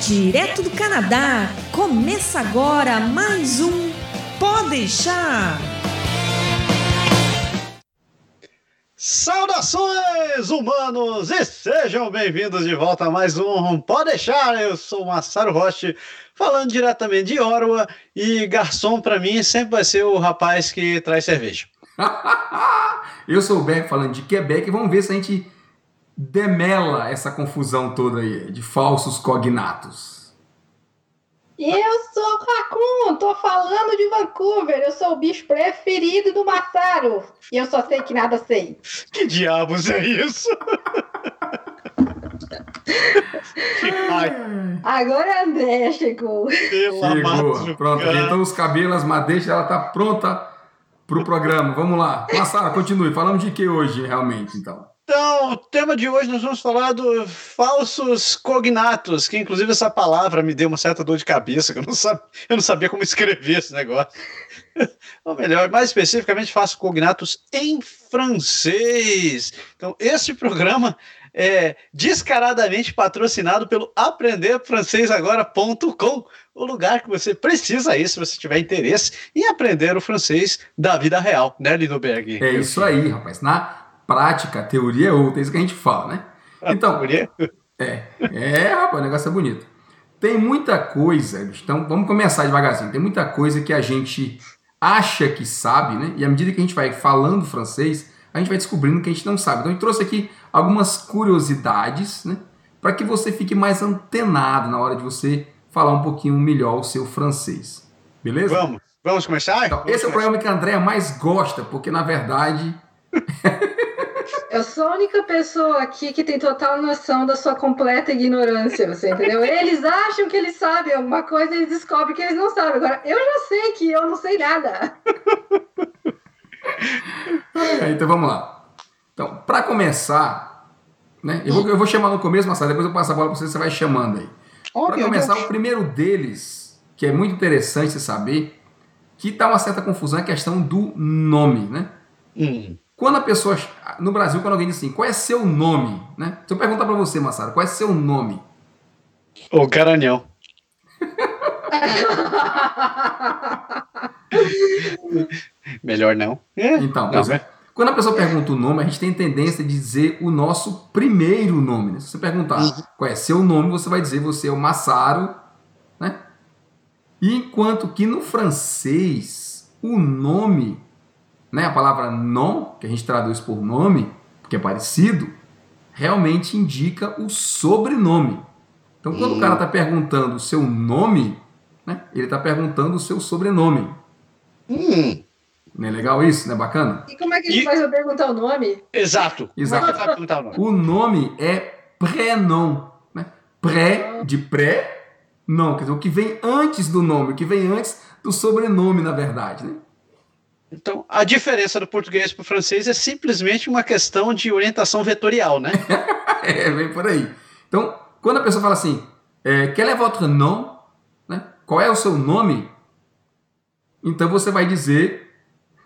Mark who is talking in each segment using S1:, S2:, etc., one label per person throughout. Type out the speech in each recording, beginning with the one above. S1: direto do Canadá. Começa agora mais um Pode deixar.
S2: Saudações humanos e sejam bem-vindos de volta a mais um Pode deixar. Eu sou o Massaro Roche, falando diretamente de Orwa e garçom para mim sempre vai ser o rapaz que traz cerveja.
S3: Eu sou o Beck falando de Quebec e vamos ver se a gente demela essa confusão toda aí de falsos cognatos.
S4: Eu sou o Raccoon, tô falando de Vancouver. Eu sou o bicho preferido do Massaro. E eu só sei que nada sei.
S2: Que diabos é isso? Ai,
S4: Agora a Andréia chegou.
S2: pela
S3: Chegou.
S2: madrugada.
S3: Pronto, ajeitou os cabelos, as madeixas, ela tá pronta pro programa. Vamos lá. Massara, continue. Falamos de que hoje, realmente, então?
S2: Então, o tema de hoje nós vamos falar do falsos cognatos, que inclusive essa palavra me deu uma certa dor de cabeça, que eu não, sa- eu não sabia como escrever esse negócio. Ou melhor, mais especificamente, faço cognatos em francês. Então, este programa é descaradamente patrocinado pelo aprenderfrancêsagora.com, o lugar que você precisa ir se você tiver interesse em aprender o francês da vida real, né, Lindoberg?
S3: É isso aí, rapaz. Na prática, a teoria é outra. É isso que a gente fala, né? Então,
S2: Mulher?
S3: É, rapaz, o negócio é bonito. Tem muita coisa, bicho, então vamos começar devagarzinho. Tem muita coisa que a gente acha que sabe, né? E à medida que a gente vai falando francês, a gente vai descobrindo que a gente não sabe. Então eu trouxe aqui algumas curiosidades, né? Para que você fique mais antenado na hora de você falar um pouquinho melhor o seu francês. Beleza?
S2: Vamos, vamos começar?
S3: Então,
S2: Vamos
S3: esse é o programa que a Andrea mais gosta, porque na verdade
S4: Eu sou a única pessoa aqui que tem total noção da sua completa ignorância, você entendeu? Eles acham que eles sabem alguma coisa e eles descobrem que eles não sabem. Agora, eu já sei que eu não sei nada.
S3: É, então vamos lá. Então, para começar, né, eu, vou, eu vou chamar no começo, Marcelo, depois eu passo a bola para você, você vai chamando aí.
S2: Oh,
S3: Para
S2: meu
S3: começar,
S2: Deus.
S3: o primeiro deles, que é muito interessante você saber, que dá uma certa confusão, é a questão do nome, né?
S2: Hum.
S3: Quando a pessoa, no Brasil, quando alguém diz assim, qual é seu nome, né? Se eu perguntar para você, Massaro, qual é seu nome?
S2: O garanhão. Melhor não. É.
S3: Então,
S2: Não,
S3: pois é. Quando a pessoa pergunta o nome, a gente tem tendência de dizer o nosso primeiro nome. Né? Se você perguntar
S2: Uhum.
S3: qual é seu nome, você vai dizer você é o Massaro, né? E Enquanto que no francês, o nome, né, a palavra nom, que a gente traduz por nome, porque é parecido, realmente indica o sobrenome. Então, quando
S2: Hum.
S3: o cara está perguntando o seu nome, né, ele está perguntando o seu sobrenome.
S2: Hum,
S3: Não é legal isso? Não é bacana?
S4: E como é que a
S2: E-
S4: gente faz pra perguntar o nome?
S2: Exato.
S3: Exato.
S2: Vai perguntar o nome.
S3: O nome é prénom. Né? Pré, de pré, não. Quer dizer, o que vem antes do nome, o que vem antes do sobrenome, na verdade. Né?
S2: Então, a diferença do português para o francês é simplesmente uma questão de orientação vetorial, né?
S3: É, vem por aí. Então, quando a pessoa fala assim, é, quel est votre nom? Né? Qual é o seu nome? Então você vai dizer.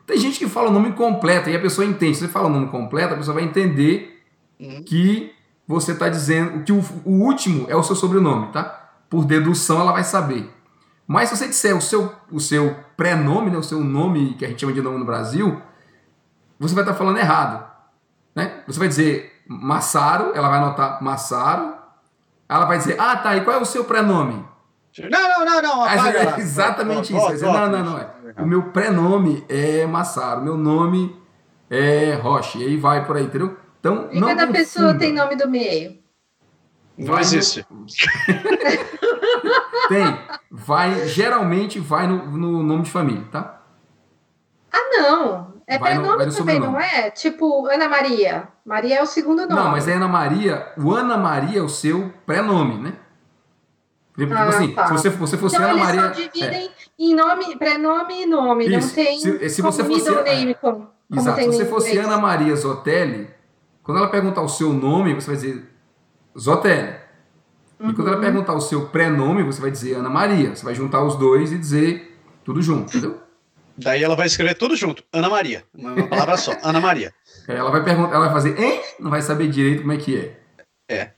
S3: Tem gente que fala o nome completo e a pessoa entende. Se você fala o nome completo, a pessoa vai entender
S2: Uhum.
S3: que você está dizendo que o, o último é o seu sobrenome, tá? Por dedução ela vai saber. Mas se você disser o seu, o seu prenome, né, o seu nome que a gente chama de nome no Brasil, você vai estar falando errado. Né? Você vai dizer Massaro, ela vai anotar Massaro. Ela vai dizer, ah tá, e qual é o seu prenome?
S2: Não, não, não, não.
S3: Aí
S2: Apaga
S3: você-
S2: lá.
S3: exatamente isso.
S2: Volta,
S3: Aí você,
S2: volta,
S3: não, não, não.
S2: volta.
S3: é. O meu prenome é Massaro, meu nome é Roche. E aí vai por aí, entendeu? Então,
S4: E
S3: não
S4: cada
S3: confunda.
S4: pessoa tem nome do meio.
S2: Não existe.
S3: Tem. Vai, geralmente vai no, no nome de família, tá?
S4: Ah, não. É
S3: Vai no-
S4: prenome
S3: vai no
S4: também,
S3: sobrenome.
S4: não é? Tipo, Ana Maria. Maria é o segundo nome.
S3: Não, mas é Ana Maria. O Ana Maria é o seu prenome, né? Tipo
S4: Ah,
S3: assim,
S4: tá.
S3: se você, você fosse
S4: Então
S3: Ana
S4: eles
S3: Maria.
S4: só dividem em nome, prenome e nome.
S3: Isso.
S4: Não tem
S3: Se- se
S4: como
S3: você fosse-
S4: middle
S3: é.
S4: name, como, como
S3: Exato.
S4: tem
S3: Se você
S4: no
S3: fosse
S4: inglês.
S3: Ana Maria Zotelli, quando ela perguntar o seu nome, você vai dizer Zotelli. E
S4: Uhum.
S3: quando ela perguntar o seu prenome, você vai dizer Ana Maria. Você vai juntar os dois e dizer tudo junto, entendeu?
S2: Daí ela vai escrever tudo junto. Ana Maria. Uma uma palavra só. Ana Maria.
S3: é. Aí Ela vai perguntar, ela vai fazer, hein? Não vai saber direito como é que é.
S2: É.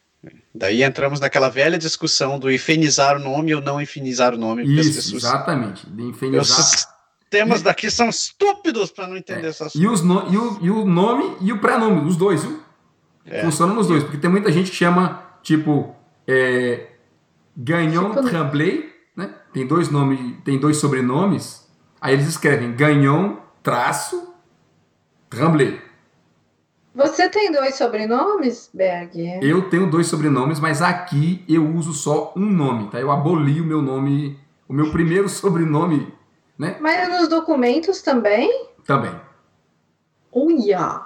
S2: Daí entramos naquela velha discussão do infernizar o nome ou não infernizar o nome
S3: Isso, pessoas. exatamente. De infernizar.
S2: Os temas e... daqui são estúpidos para não entender é. essas
S3: e, os no... e, o, e o nome e o prenome, os dois, viu? É. Funcionam nos dois, porque tem muita gente que chama, tipo, é... Gagnon tipo... Tremblay, né? Tem dois nomes, tem dois sobrenomes. Aí eles escrevem Gagnon traço Tremblay.
S4: Você tem dois sobrenomes, Berg?
S3: Eu tenho dois sobrenomes, mas aqui eu uso só um nome, tá? Eu aboli o meu nome, o meu primeiro sobrenome, né?
S4: Mas nos documentos também?
S3: Também.
S4: Uia!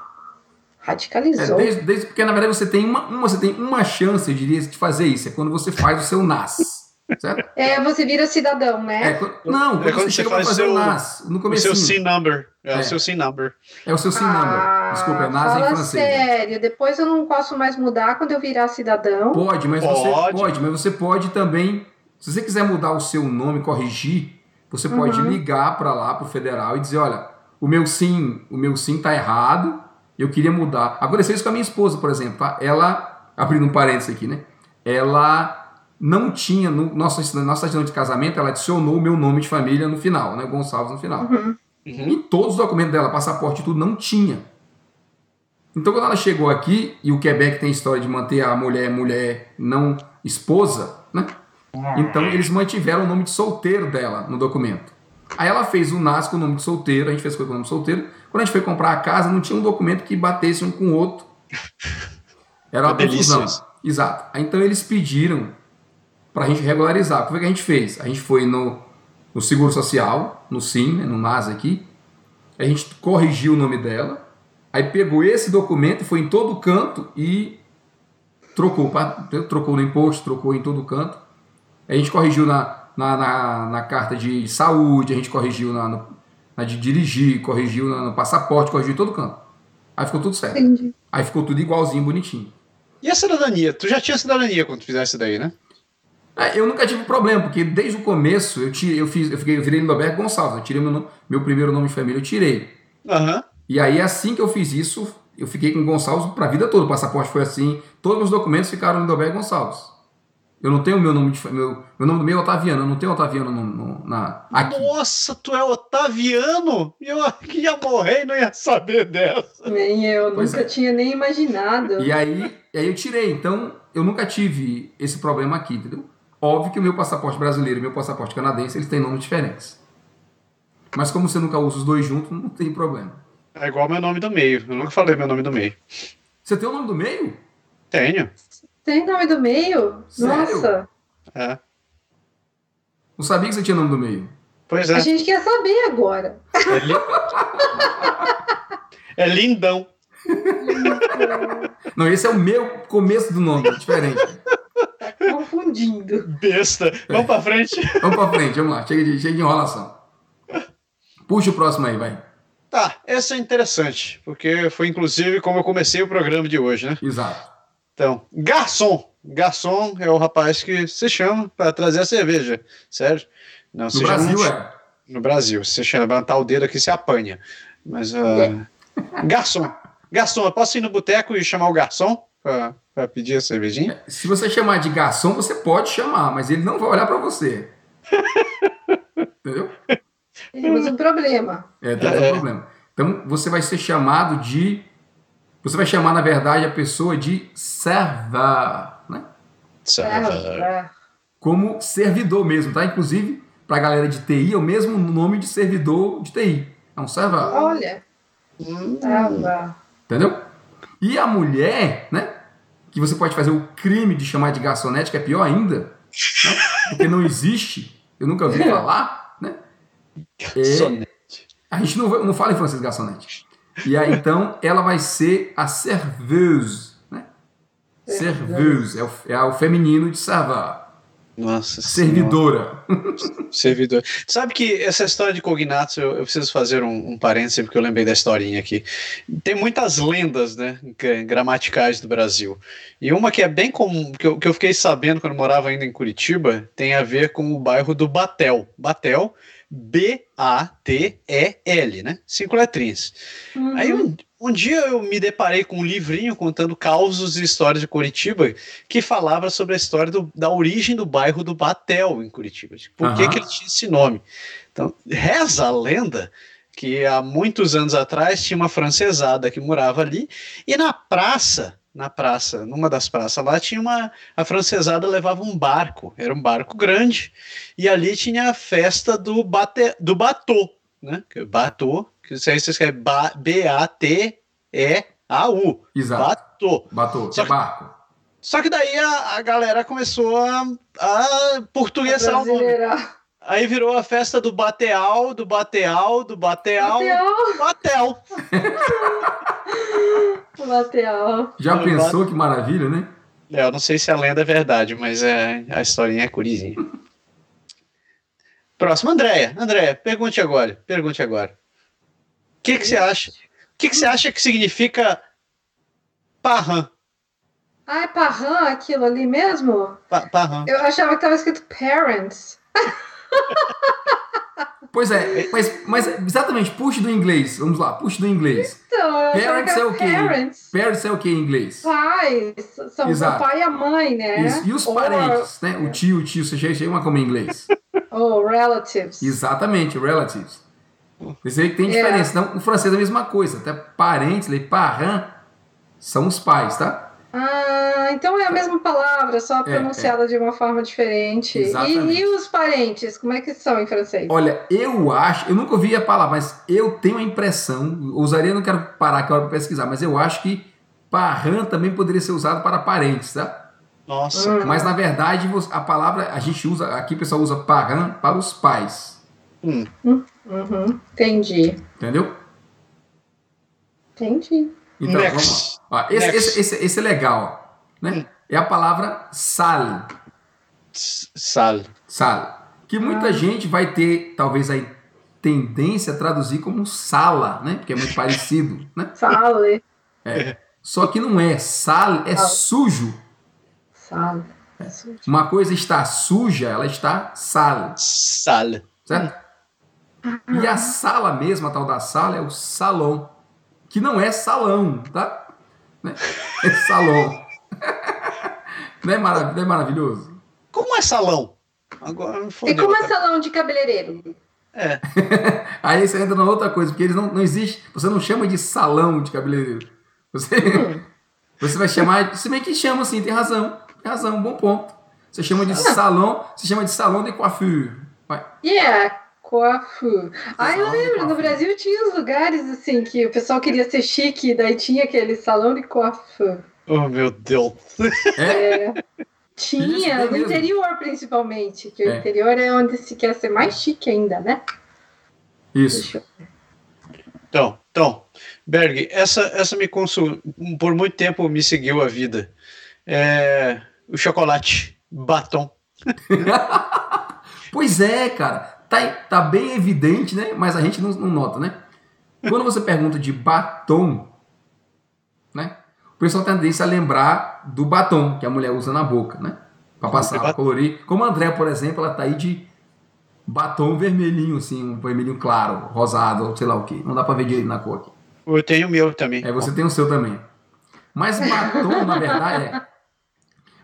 S4: Radicalizou.
S3: É, desde, desde, porque, na verdade, você tem uma, uma, você tem uma chance, eu diria, de fazer isso. É quando você faz o seu NAS. Certo?
S4: É, você vira cidadão, né?
S3: É, quando, não, quando, é quando você, você faz seu, o NAS, no começo.
S2: O seu SIN number. É, é, o seu SIN number.
S3: É o seu SIN ah, number. Desculpa, é NAS fala em francês.
S4: Sério, né? depois eu não posso mais mudar quando eu virar cidadão.
S3: Pode, mas pode. você pode, mas você pode também. Se você quiser mudar o seu nome, corrigir, você pode uhum. ligar para lá pro federal e dizer, olha, o meu SIM, o meu SIM tá errado, eu queria mudar. Aconteceu isso com a minha esposa, por exemplo. tá? Ela, abrindo um parênteses aqui, né? Ela não tinha, no nossa, nossa certidão de casamento, ela adicionou o meu nome de família no final, né? Gonçalves no final. Uhum. E todos os documentos dela, passaporte e tudo, não tinha. Então, quando ela chegou aqui, e o Quebec tem a história de manter a mulher mulher não esposa, né? Então, eles mantiveram o nome de solteiro dela no documento. Aí ela fez o NAS com o nome de solteiro, a gente fez com o nome de solteiro. Quando a gente foi comprar a casa, não tinha um documento que batesse um com o outro. Era uma é confusão. Exato. Então, eles pediram para a gente regularizar. O que, é que a gente fez? A gente foi no, no Seguro Social, no SIM, né, no NAS aqui, a gente corrigiu o nome dela, aí pegou esse documento, foi em todo canto e trocou, trocou no imposto, trocou em todo canto. A gente corrigiu na, na, na, na carta de saúde, a gente corrigiu na, no, na de dirigir, corrigiu na, no passaporte, corrigiu em todo canto. Aí ficou tudo certo. Entendi. Aí ficou tudo igualzinho, bonitinho.
S2: E a cidadania? Tu já tinha cidadania quando tu fizesse daí, né?
S3: É, Eu nunca tive problema, porque desde o começo eu tirei, eu fiz, eu fiquei, eu virei Lindoberto Gonçalves, eu tirei meu, meu primeiro nome de família, eu tirei.
S2: Uhum.
S3: E aí, assim que eu fiz isso, eu fiquei com Gonçalves pra vida toda. O passaporte foi assim, todos os documentos ficaram Lindoberto Gonçalves. Eu não tenho meu nome de meu, meu nome do meu é Otaviano, eu não tenho Otaviano no, no, na.
S2: Aqui. Nossa, tu é Otaviano? Eu aqui ia morrer e não ia saber dessa.
S4: Nem eu, pois nunca é. tinha nem imaginado.
S3: E aí, e aí eu tirei, então eu nunca tive esse problema aqui, entendeu? Óbvio que o meu passaporte brasileiro e o meu passaporte canadense, eles têm nomes diferentes. Mas como você nunca usa os dois juntos, não tem problema.
S2: É igual meu nome do meio. Eu nunca falei meu nome do meio.
S3: Você tem o nome do meio?
S2: Tenho.
S4: Tem nome do meio? Sério? Nossa.
S2: É.
S3: Não sabia que você tinha nome do meio.
S2: Pois é. A
S4: gente quer saber agora.
S2: É, li... é lindão.
S3: lindão. Não, esse é o meu começo do nome, é diferente
S4: confundindo.
S2: Besta. Vamos pra frente.
S3: vamos pra frente, vamos lá. Chega de, chega de enrolação. Puxa o próximo aí, vai.
S2: Tá, essa é interessante, porque foi inclusive como eu comecei o programa de hoje, né?
S3: Exato.
S2: Então, garçom. Garçom é o rapaz que se chama para trazer a cerveja, certo?
S3: Não, no Brasil
S2: chama... é. No Brasil, se chama levantar o dedo aqui se apanha. Mas, uh...
S3: É.
S2: garçom. Garçom, eu posso ir no boteco e chamar o garçom? Pra para pedir a cervejinha?
S3: Se você chamar de garçom, você pode chamar, mas ele não vai olhar para você. Entendeu?
S4: Temos um problema.
S3: É, temos é. um problema. Então você vai ser chamado de. Você vai chamar, na verdade, a pessoa de server, né?
S2: Tá. Server.
S3: Como servidor mesmo, tá? Inclusive, para a galera de TI, é o mesmo nome de servidor de TI. É um server.
S4: Olha. Hum.
S3: Entendeu? E a mulher, né? que você pode fazer o crime de chamar de garçonete, que é pior ainda, né? porque não existe, eu nunca
S2: É.
S3: ouvi falar, né?
S2: Garçonete.
S3: É, a gente não, não fala em francês garçonete. E aí, então, ela vai ser a serveuse, né? Serveuse, é o, é o feminino de servar.
S2: Nossa
S3: Servidora.
S2: Servidora. Sabe que essa história de cognatos, eu, eu preciso fazer um, um parêntese, porque eu lembrei da historinha aqui. Tem muitas lendas, né, gramaticais do Brasil. E uma que é bem comum, que eu, que eu fiquei sabendo quando eu morava ainda em Curitiba, tem a ver com o bairro do Batel. Batel B-A-T-E-L, né? Cinco letrinhas.
S4: Uhum.
S2: Aí um, um dia eu me deparei com um livrinho contando causos e histórias de Curitiba que falava sobre a história do- da origem do bairro do Batel em Curitiba. de Por que,
S3: Aham.
S2: que ele tinha esse nome? Então, reza a lenda que há muitos anos atrás tinha uma francesada que morava ali e na praça, na praça, numa das praças lá tinha uma a francesada levava um barco, era um barco grande e ali tinha a festa do bate, do batô, né? Que é Batô, que isso aí vocês querem ba- B A T E A U,
S3: Exato.
S2: batô.
S3: Batou.
S2: Só
S3: É
S2: que-
S3: barco.
S2: Só que daí a, a galera começou a, a portuguesar o um nome.
S4: Brasileira.
S2: Aí virou a festa do bateal, do bateal, do bateal,
S4: Lateal.
S2: do batel.
S4: Lateal.
S3: Já
S2: Eu
S3: pensou que maravilha, né?
S2: É, eu não sei se a lenda é verdade, mas é, a historinha é curizinha. Próximo, Andréia. Andréia, pergunte agora. Pergunte agora. O que, que você acha? O que, que você acha que significa parran?
S4: Ah, é parrã aquilo ali mesmo?
S2: Pa- parran.
S4: Eu achava que tava escrito parents.
S3: Pois é, mas, mas exatamente, puxe do inglês. Vamos lá, puxe do inglês.
S4: Então, eu achava
S3: Parents
S4: que era
S3: é o quê?
S4: Parents.
S3: Parents é o que em inglês?
S4: Ah, Pais. São
S3: Exato.
S4: o pai e a mãe, né?
S3: Isso. E os
S4: Or-
S3: parentes, né? O tio, o tio, você já chama como em inglês.
S4: Ou relatives.
S3: Exatamente, relatives. Isso aí que tem diferença. Então, o francês é a mesma coisa. Até parentes, les parents, são os pais, tá?
S4: Ah, então é a mesma palavra, só pronunciada de uma forma diferente.
S3: é. Exatamente.
S4: E, e os parentes, como é que são em francês?
S3: Olha, eu acho, eu nunca ouvi a palavra, mas eu tenho a impressão, ousaria, não quero parar aqui para pesquisar, mas eu acho que parent também poderia ser usado para parentes, tá?
S2: Nossa.
S4: Hum.
S3: Mas na verdade, você- a palavra a gente usa, aqui o pessoal usa parent para os pais,
S2: Hum.
S4: Uhum, entendi,
S3: entendeu?
S4: entendi.
S3: Então,
S2: Next.
S3: vamos lá. Ó, esse,
S2: Next.
S3: esse, esse, esse é legal, ó, né? É a palavra sal,
S2: S- Sal.
S3: sal, que muita
S4: Ah.
S3: gente vai ter, talvez, a tendência a traduzir como sala, né? Porque é muito parecido, né?
S4: Sale,
S3: Só que não é. Sal
S2: Ah.
S3: é
S4: Sal.
S3: sujo.
S4: sale.
S3: Uma coisa está suja, ela está sal,
S2: Sal.
S3: certo? E a sala mesmo, a tal da sala, é o salão, que não é salão, tá? Né? É salão. não, é marav- não é maravilhoso?
S2: Como é salão? Agora me
S4: E
S2: fodeu,
S4: como é
S2: cara.
S4: salão de cabeleireiro?
S2: É.
S3: Aí você entra na outra coisa, porque eles não, não existe. Você não chama de salão de cabeleireiro. Você,
S4: Hum,
S3: você vai chamar. Se bem que chama assim, tem razão. Tem razão, bom ponto. Você chama de salão, você chama de salão de coiffure. Vai.
S4: yeah, coiffure. Ah, eu
S3: Salão de
S4: lembro, no
S3: coiffure.
S4: Brasil tinha uns lugares assim que o pessoal queria ser chique, daí tinha aquele salão de coiffure.
S2: Oh, meu Deus.
S3: É, Isso,
S4: Tinha,
S3: tem
S4: no
S3: mesmo.
S4: interior principalmente, que
S3: É.
S4: o interior é onde se quer ser mais chique ainda, né?
S3: isso.
S2: Então, então, Berg, essa, essa me consu- por muito tempo me seguiu a vida. É, o chocolate, batom.
S3: Pois é, cara. Tá, tá bem evidente, né? Mas a gente não, não nota, né? Quando você pergunta de batom, né? O pessoal tem tendência a lembrar do batom que a mulher usa na boca, né? Pra passar, pra colorir. Como a André, por exemplo, ela tá aí de batom vermelhinho, assim, um vermelhinho claro, rosado, ou sei lá o que. Não dá pra ver direito na cor aqui.
S2: Eu tenho o meu também.
S3: É, você tem o seu também. Mas batom, na verdade, é.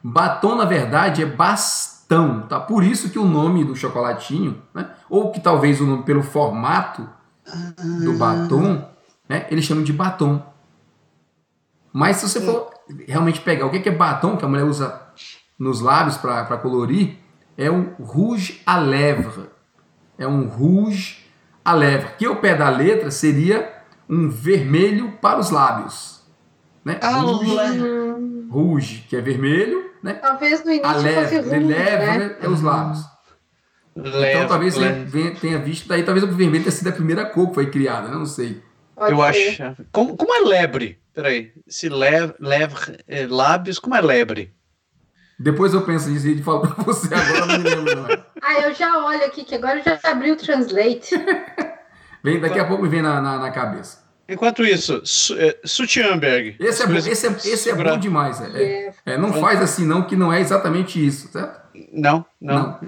S3: Batom, na verdade, é bastão, tá? Por isso que o nome do chocolatinho, né? Ou que talvez o nome pelo formato do batom, né? Eles chamam de batom. Mas se você for realmente pegar o que que é batom, que a mulher usa nos lábios para colorir, é um rouge à lèvre. É um rouge à lèvre. Que ao pé da letra seria um vermelho para os lábios. Né?
S2: Ah,
S3: rouge,
S2: lá.
S4: Hum,
S3: rouge, que é vermelho, né?
S4: Talvez no
S3: A
S4: início fosse
S3: lèvre,
S4: ruim,
S3: de lèvre
S4: né?
S3: é os lábios. então
S2: Leve,
S3: talvez né? você
S2: leve.
S3: venha- tenha visto daí, talvez o vermelho tenha sido a primeira cor que foi criada, né? não sei.
S4: Pode
S2: Eu
S4: ser.
S2: acho. Como, como é lebre? Peraí. Se leve, leve, é, lábios, como é lebre?
S3: Depois eu penso nisso e falo pra você agora, não me lembro não.
S4: Ah, eu já olho aqui, que agora eu já abri o Translate.
S3: Vem, daqui a pouco me vem na, na, na cabeça.
S2: Enquanto isso, su, é, sutiã, Berg.
S3: Esse é,
S2: As
S3: bom,
S2: coisas-
S3: esse é, esse é
S2: Segura-
S3: bom demais. É, é.
S4: É,
S3: É, não faz assim não, que não é exatamente isso, certo?
S2: Não, não.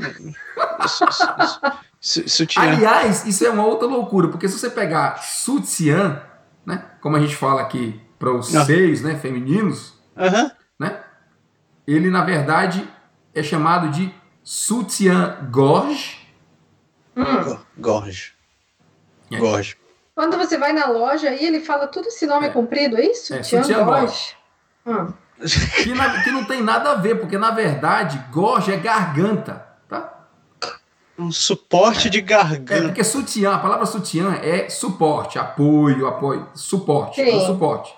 S2: Su- su- Su- Sutiã.
S3: Aliás, isso é uma outra loucura, porque se você pegar sutiã, né, como a gente fala aqui para os
S2: Ah.
S3: seios, né, femininos,
S2: Aham.
S3: né, ele na verdade é chamado de sutiã gorge.
S4: Hum.
S2: Go- Gorge.
S3: É.
S2: Gorge.
S4: Quando você vai na loja aí, ele fala tudo esse nome é, comprido, é isso?
S3: É,
S4: Tian
S3: sutiã
S4: Bosch. Hum.
S3: que, na- que não tem nada a ver, porque na verdade gorge é garganta, tá?
S2: Um suporte de
S3: É,
S2: garganta.
S3: porque sutiã, a palavra sutiã é suporte, apoio, apoio, suporte,
S4: Sim.
S3: é um suporte.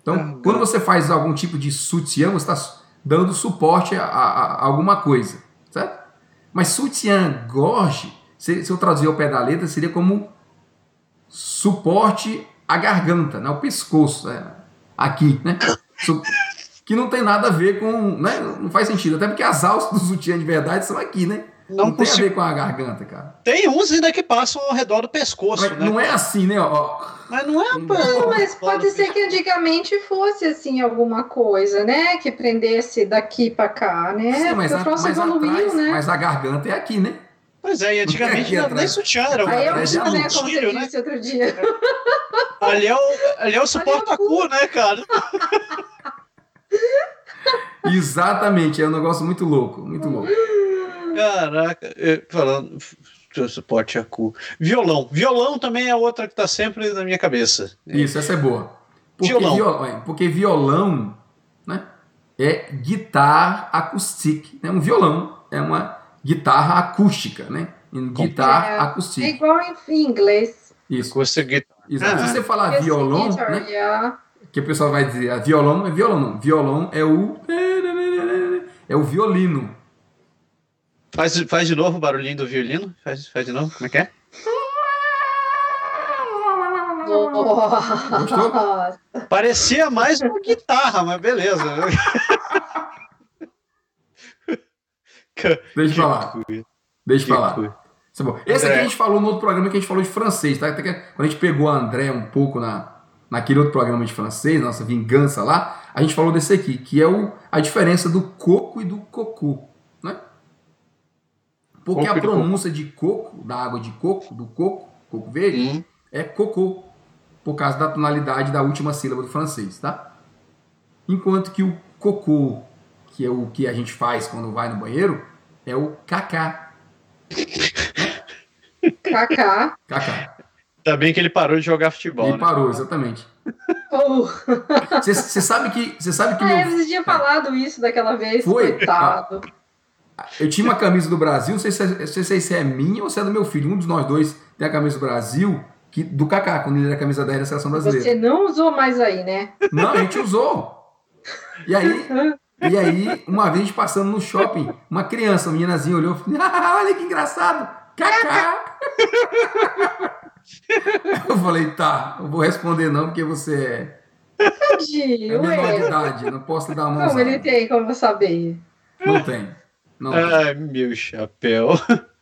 S3: Então,
S2: Garganta.
S3: quando você faz algum tipo de sutiã, você está dando suporte a, a- a alguma coisa, certo? Mas sutiã gorge, se, se eu traduzir ao pé da letra, seria como suporte à garganta, né? o pescoço, é, aqui, né? Su- que não tem nada a ver com. Né? Não faz sentido. Até porque as alças do sutiã de verdade são aqui, né?
S2: Não,
S3: tem a
S2: consigo.
S3: ver com a garganta, cara.
S2: Tem uns ainda que passam ao redor do pescoço,
S3: Mas
S2: né?
S3: não é assim, né? ó,
S2: Mas não é.
S4: Não, mas pode ser que antigamente fosse assim alguma coisa, né? Que prendesse daqui pra cá, né?
S3: Sim, mas,
S4: Porque o
S3: a,
S4: troço
S3: mas
S4: evoluiu,
S3: atrás-
S4: né?
S3: mas a garganta é aqui, né?
S2: Pois é, e antigamente
S3: Aqui
S2: não, nem
S3: atrás.
S2: sutiã era
S4: Aí é o
S3: Mas
S4: cu,
S3: é um
S4: né? Como
S2: tiro,
S4: você
S2: né?
S4: disse outro dia.
S2: Ali é o, ali é o suporta-cu, né, cara?
S3: Exatamente, é um negócio muito louco, muito louco.
S2: Caraca, eu- falando. Suporte a cu. Violão. Violão também é outra que tá sempre na minha cabeça.
S3: Isso, essa é boa. Porque
S2: Violão.
S3: viol- é, porque violão né, é guitar acoustic. Né? Um violão é uma guitarra acústica, né? Em guitar
S4: É, É
S3: acoustic.
S4: igual em em inglês.
S3: Isso.
S2: Consegui.
S3: exato.
S2: Ah.
S3: Se você falar
S4: Esse
S3: violão,
S4: guitar,
S3: né,
S4: yeah.
S3: que o pessoal vai dizer ah, violão, é violão não. Violão é o... É o violino.
S2: Faz, faz de novo o barulhinho do violino. Faz, faz de novo. Como é que é?
S4: Nossa.
S2: Parecia mais uma guitarra, mas beleza.
S3: Deixa eu falar. Deixa eu falar. Isso é bom. Esse aqui
S2: André.
S3: a gente falou no outro programa que a gente falou de francês, tá? Até que Quando a gente pegou a André um pouco na, naquele outro programa de francês, nossa vingança lá, a gente falou desse aqui, que é o, a diferença do coco e do cocu, né? Porque
S2: Coco e
S3: a
S2: do coco.
S3: pronúncia de coco, da água de coco, do coco, coco verde,
S2: Hum,
S3: é cocô, por causa da tonalidade da última sílaba do francês, tá? Enquanto que o cocô, que é o que a gente faz quando vai no banheiro, é o cacá,
S4: Kaká.
S3: cacá.
S2: Ainda bem que ele parou de jogar futebol,
S3: Ele
S2: né?
S3: parou, exatamente.
S4: Oh.
S3: Você sabe que, cê sabe que
S4: Ah, é,
S3: meu,
S4: você tinha falado isso daquela vez.
S3: Foi? Ah,
S4: Coitado.
S3: eu tinha uma camisa do Brasil, não sei se, é- se, se é minha ou se é do meu filho. Um dos nós dois tem a camisa do Brasil, que, do Kaká, quando ele era camisa 10 da seleção
S4: Você
S3: brasileira.
S4: não usou mais aí, né?
S3: Não, a gente usou. E aí, e aí, uma vez a gente passando no shopping, uma criança, uma meninazinha olhou e falou: "Ah, olha que engraçado! Kaká! Eu falei, tá, eu vou responder não, porque você é, é
S4: Tadinho,
S3: menor de
S4: ué.
S3: idade, não posso lhe dar uma mão.
S4: Como ele tem como saber?
S3: Não tem. Não tem.
S2: Ai, meu chapéu.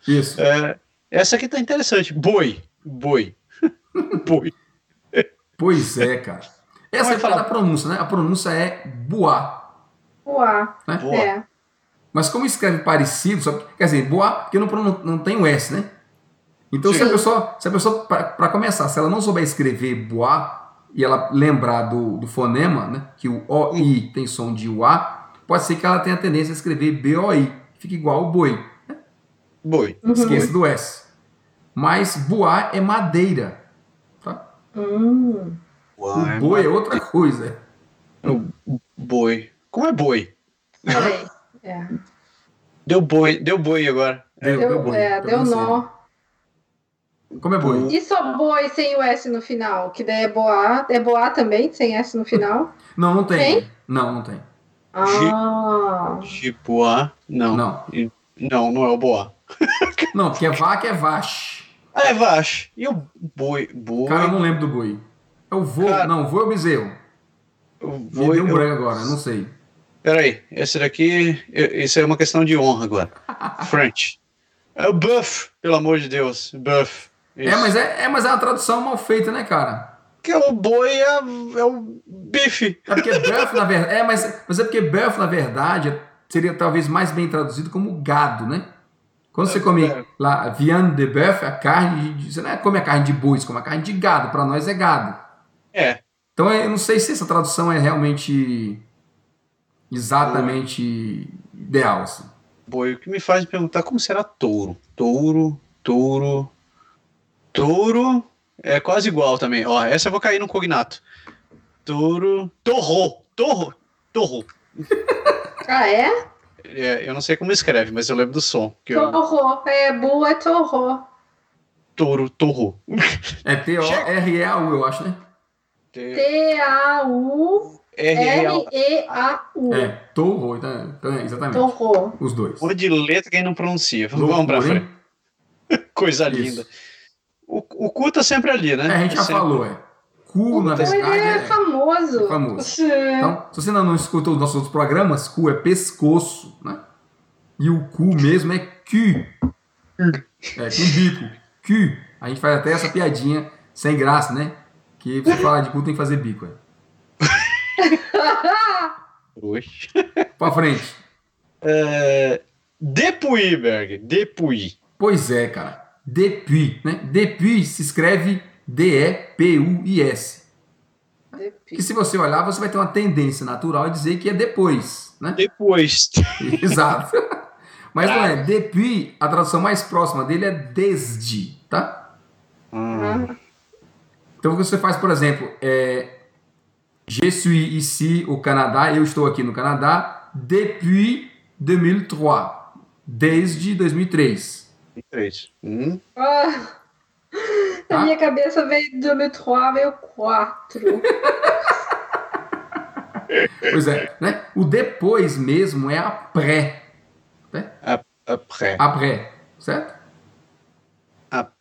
S3: Isso.
S2: É, essa aqui tá interessante. Boi. Boi. Boi.
S3: Pois é, cara. Essa
S2: Pode
S3: é a
S2: falar.
S3: da pronúncia, né? A pronúncia é boá.
S4: Uá.
S3: Né?
S2: Boa.
S4: É.
S3: Mas como escreve parecido, só que- quer dizer, boá, porque não, pronu- não tem o S, né? Então, se a
S4: Sim.
S3: pessoa, se a pessoa para começar, se ela não souber escrever boá e ela lembrar do, do fonema, né? Que o OI tem som de UA, pode ser que ela tenha tendência a escrever BOI, fica igual o boi.
S2: Boi.
S4: Uhum.
S3: Esqueça do S. Mas boá é madeira. Tá?
S4: Hum.
S3: O boi é outra coisa.
S2: Boi. Como é boi?
S4: Falei. É.
S2: Deu boi. Deu boi agora.
S4: Deu, é,
S3: pra
S4: deu
S3: você.
S4: nó.
S3: Como é boi?
S4: E só boi sem o S no final? Que daí é boa. É boa também, sem S no final?
S3: Não, não tem. Não, não tem.
S4: Ah.
S2: Jiboá. Tipo Não. não.
S3: Não.
S2: Não, não é o boa.
S3: Não, porque vaca é vache.
S2: É, Vache. E o boi? Boi.
S3: Cara, eu não lembro do boi. É o vô.
S2: Cara.
S3: Não, vô é o bezerro.
S2: o
S3: Me
S2: boi
S3: deu um
S2: eu-
S3: branco agora, não sei.
S2: Peraí, esse daqui, eu- isso é uma questão de honra agora. French. É o Buff, pelo amor de Deus, Buff.
S3: É mas é, é, mas é uma tradução mal feita, né, cara?
S2: Que o boi é, é o bife.
S3: É porque buff, na verdade. É, mas, mas é porque buff, na verdade, seria talvez mais bem traduzido como gado, né? Quando você come lá viande de bœuf, a carne, de- você não é come a carne de boi, você come a carne de gado, para nós é gado.
S2: É.
S3: Então eu não sei se essa tradução é realmente exatamente ideal. assim.
S2: Boi, o que me faz perguntar como será touro? Touro, touro, touro é quase igual também. Ó, essa eu vou cair no cognato. Touro, torro, torro, torro.
S4: Ah, é?
S2: É, eu não sei como escreve, mas eu lembro do som. Que eu,
S4: Torro. É, bu é torro.
S2: touro, torro.
S3: É T-O-R-E-A-U, eu acho, né?
S2: T-
S4: T-A-U-R-E-A-U.
S2: R-E-A.
S3: É, torro, então, então é exatamente.
S4: Torro.
S3: Os dois.
S2: Vou de letra quem não pronuncia. Vamos pra
S3: Loucura,
S2: frente.
S3: hein?
S2: Coisa
S3: Isso.
S2: linda. O, o cu tá sempre ali, né?
S3: É, a gente já
S2: Sempre.
S3: falou, é. Cu, na
S4: Então
S3: verdade,
S4: ele é
S3: é...
S4: famoso.
S3: é famoso.
S4: É.
S3: Então, se você ainda não escutou os nossos outros programas, cu é pescoço, né? E o cu mesmo é cu. É, com bico. Cu. A gente faz até essa piadinha sem graça, né? Que você falar de cu tem que fazer bico. É.
S2: Oxe.
S3: Pra frente.
S2: Depuiberg. Depui.
S3: Pois é, cara. Depuis, né? Depuis se escreve D-E-P-U-I-S. Que se você olhar, você vai ter uma tendência natural a dizer que é depois, né?
S2: Depois.
S3: Exato. Mas não é. Depuis, a tradução mais próxima dele é desde, tá? Uhum.
S4: Ah,
S3: Então, o que você faz, por exemplo, é... Je suis ici au Canadá, eu estou aqui no Canadá, depuis 2003. Desde 2003.
S2: Um, Três. Hum.
S4: Ah.
S3: Tá?
S4: Na minha cabeça veio 2003, veio 4.
S3: Pois é, né? O depois mesmo é après.
S2: Après.
S3: Ah, Après, certo?
S2: Après.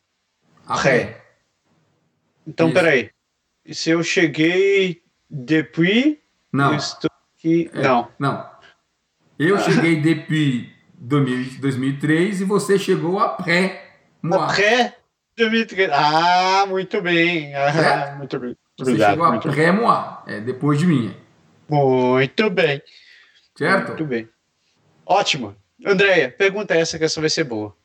S3: Après.
S2: Então,
S3: Isso.
S2: peraí. E se eu cheguei depuis, eu
S3: Não,
S2: estou aqui. Não.
S3: É. não. Eu cheguei depuis 2000 2003 e você chegou après moi.
S2: Après 2013. Ah, muito bem. Ah, muito bem.
S3: Você
S2: Obrigado.
S3: chegou
S2: Muito,
S3: après moi, é depois de mim,
S2: muito bem.
S3: certo?
S2: Muito bem. Ótimo. Andréia, pergunta essa que essa vai ser boa.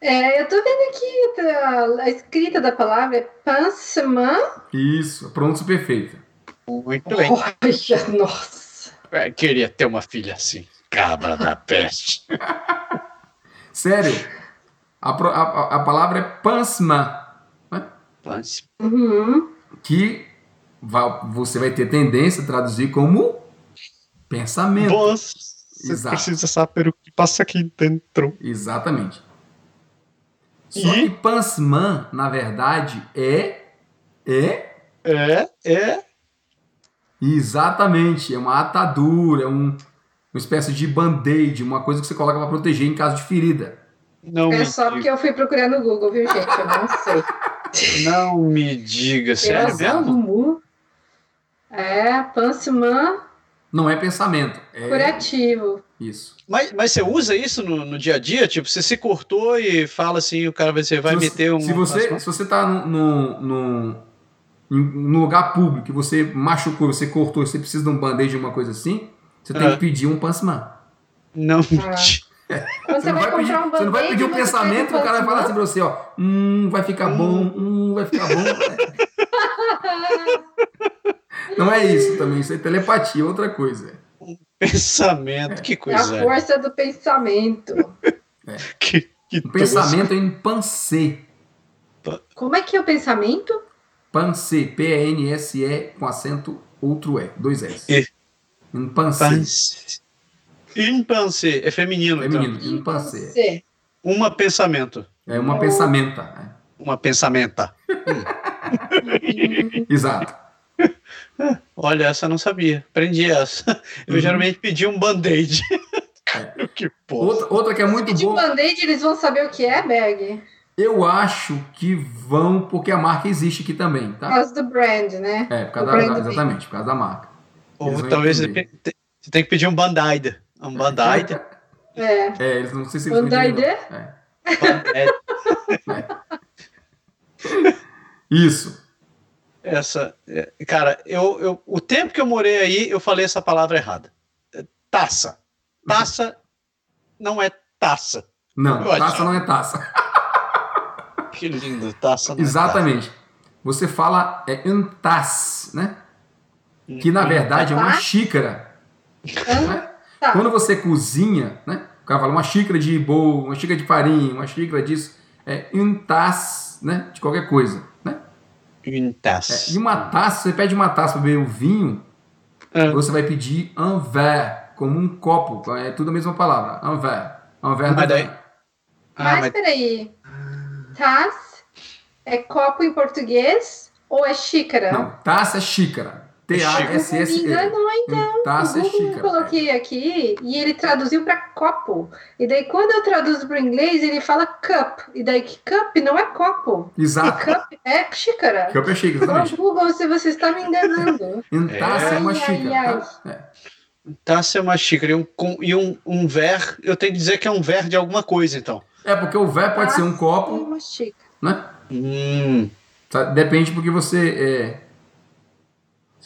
S4: É, eu tô vendo aqui tá, a escrita da palavra é pansement.
S3: Isso, pronto, perfeita.
S2: Muito bem.
S4: Olha, nossa.
S2: É, queria ter uma filha assim. Cabra da peste.
S3: Sério, a, pro- a, a- a palavra é pansman,
S2: Lance.
S4: Uhum.
S3: que va- você vai ter tendência a traduzir como pensamento.
S2: Você
S3: Exato.
S2: precisa saber o que passa aqui dentro.
S3: Exatamente. Só
S2: E?
S3: que pansman, na verdade, é. É.
S2: É, é.
S3: Exatamente. É uma atadura, é um, uma espécie de band-aid, uma coisa que você coloca para proteger em caso de ferida.
S2: Não
S4: É
S2: me
S4: só
S2: diga.
S4: porque eu fui procurar no Google, viu, gente? Eu não sei.
S2: Não me diga, sério
S4: Erosão do
S2: mesmo?
S4: mu. É, pansement
S3: Não é pensamento. É
S4: curativo.
S3: isso.
S2: Mas, mas você usa isso no, no dia a dia? Tipo, você se cortou e fala assim, o cara vai, você vai
S3: se, você-
S2: meter um.
S3: Se você, se você tá num- num num- em- num lugar público e você machucou, você cortou, você precisa de um band-aid, uma coisa assim, você tem
S2: Ah.
S3: que pedir um pansman.
S2: Não me
S4: Ah.
S2: diga.
S4: Quando você,
S3: não
S4: vai,
S3: vai pedir,
S4: comprar um
S3: você não vai
S4: band-aid,
S3: pedir um
S4: você pede
S3: pensamento e o cara vai falar assim pra
S4: pansement.
S3: você, ó. Hum, vai ficar
S2: Hum.
S3: bom, hum, vai ficar bom. não é isso também, isso é telepatia, outra coisa.
S2: Pensamento, que
S4: É a
S2: coisa. é.
S4: força do pensamento.
S2: Que, que
S3: O
S2: doce.
S3: pensamento é em pansê.
S4: Como é que é o pensamento?
S3: Pansê, P-A-N-S-E com acento outro E, dois S.
S2: E.
S3: Em pansê.
S2: Pense. Une pensée. É feminino, então.
S3: assim. Feminino, em pansê.
S4: Você.
S2: Uma pensamento.
S3: É uma pensamenta. né?
S2: Uma pensamenta.
S3: Exato.
S2: Olha, essa eu não sabia. Aprendi essa. Eu
S3: Uhum. É.
S2: geralmente pedi um band-aid. que porra.
S3: Outra, outra que é muito
S4: Se pedir um
S3: boa,
S4: band-aid, eles vão saber o que é, Berg?
S3: eu acho que vão, porque a marca existe aqui também,
S4: Por
S3: tá?
S4: causa do brand, né?
S3: É, por
S4: O
S3: causa da,
S4: brand
S3: exatamente, por causa da marca. Eles
S2: Ou
S3: vão
S2: talvez você
S3: entender.
S2: pe- te- você tem que pedir um band-aid. Um band-aid.
S4: É.
S3: É, eles não sei se eles vão
S4: Bandai
S3: entender,
S4: de?
S3: não. É.
S2: Band-Aid.
S3: Isso.
S2: Essa, é, cara, eu, eu, o tempo que eu morei aí, eu falei essa palavra errada. É, Taça. Taça não é taça.
S3: Não,
S2: Ótimo.
S3: taça não é taça.
S2: Que lindo, taça. não é
S3: Exatamente. Você fala é um tas, né?
S2: taça.
S3: Que na verdade é uma
S4: Tá.
S3: xícara.
S4: Hã? Tá.
S3: Quando você cozinha, né? O cara fala uma xícara de bolo, uma xícara de farinha, uma xícara disso. É um tas, né? De qualquer coisa, né?
S2: Une
S3: É,
S2: taça.
S3: e uma taça, você pede uma taça para beber o vinho,
S2: É.
S3: você vai pedir un verre, como um copo. É tudo a mesma palavra. Un verre. Un verre
S2: Mas
S3: do
S2: daí-
S3: vinho.
S2: Ah,
S4: Mas,
S2: mas
S4: peraí.
S3: Ah.
S4: Taz é copo em português ou é xícara?
S3: Não, taça é xícara.
S2: Xícara.
S4: Google me
S3: T-A-S-S-E.
S4: enganou, hein?
S3: Um Taça é
S4: o Google eu
S3: xícara.
S4: coloquei aqui e ele traduziu para copo. E daí quando eu traduzo para inglês, ele fala cup. E daí que cup não é copo.
S3: Exato.
S4: Cup é xícara.
S3: Cup é xícara,
S4: Ó,
S3: exatamente.
S4: Google, se você está me enganando.
S3: Um
S2: É.
S3: taça é uma
S4: Ai, ai,
S3: xícara. tá? É.
S2: taça é uma xícara. E um, com- e um, um ver, eu tenho que dizer que é um ver de alguma coisa, então.
S3: É, porque o verre pode ser um copo,
S4: Uma xícara.
S3: né?
S2: Hum,
S3: Tá, Depende porque você. É...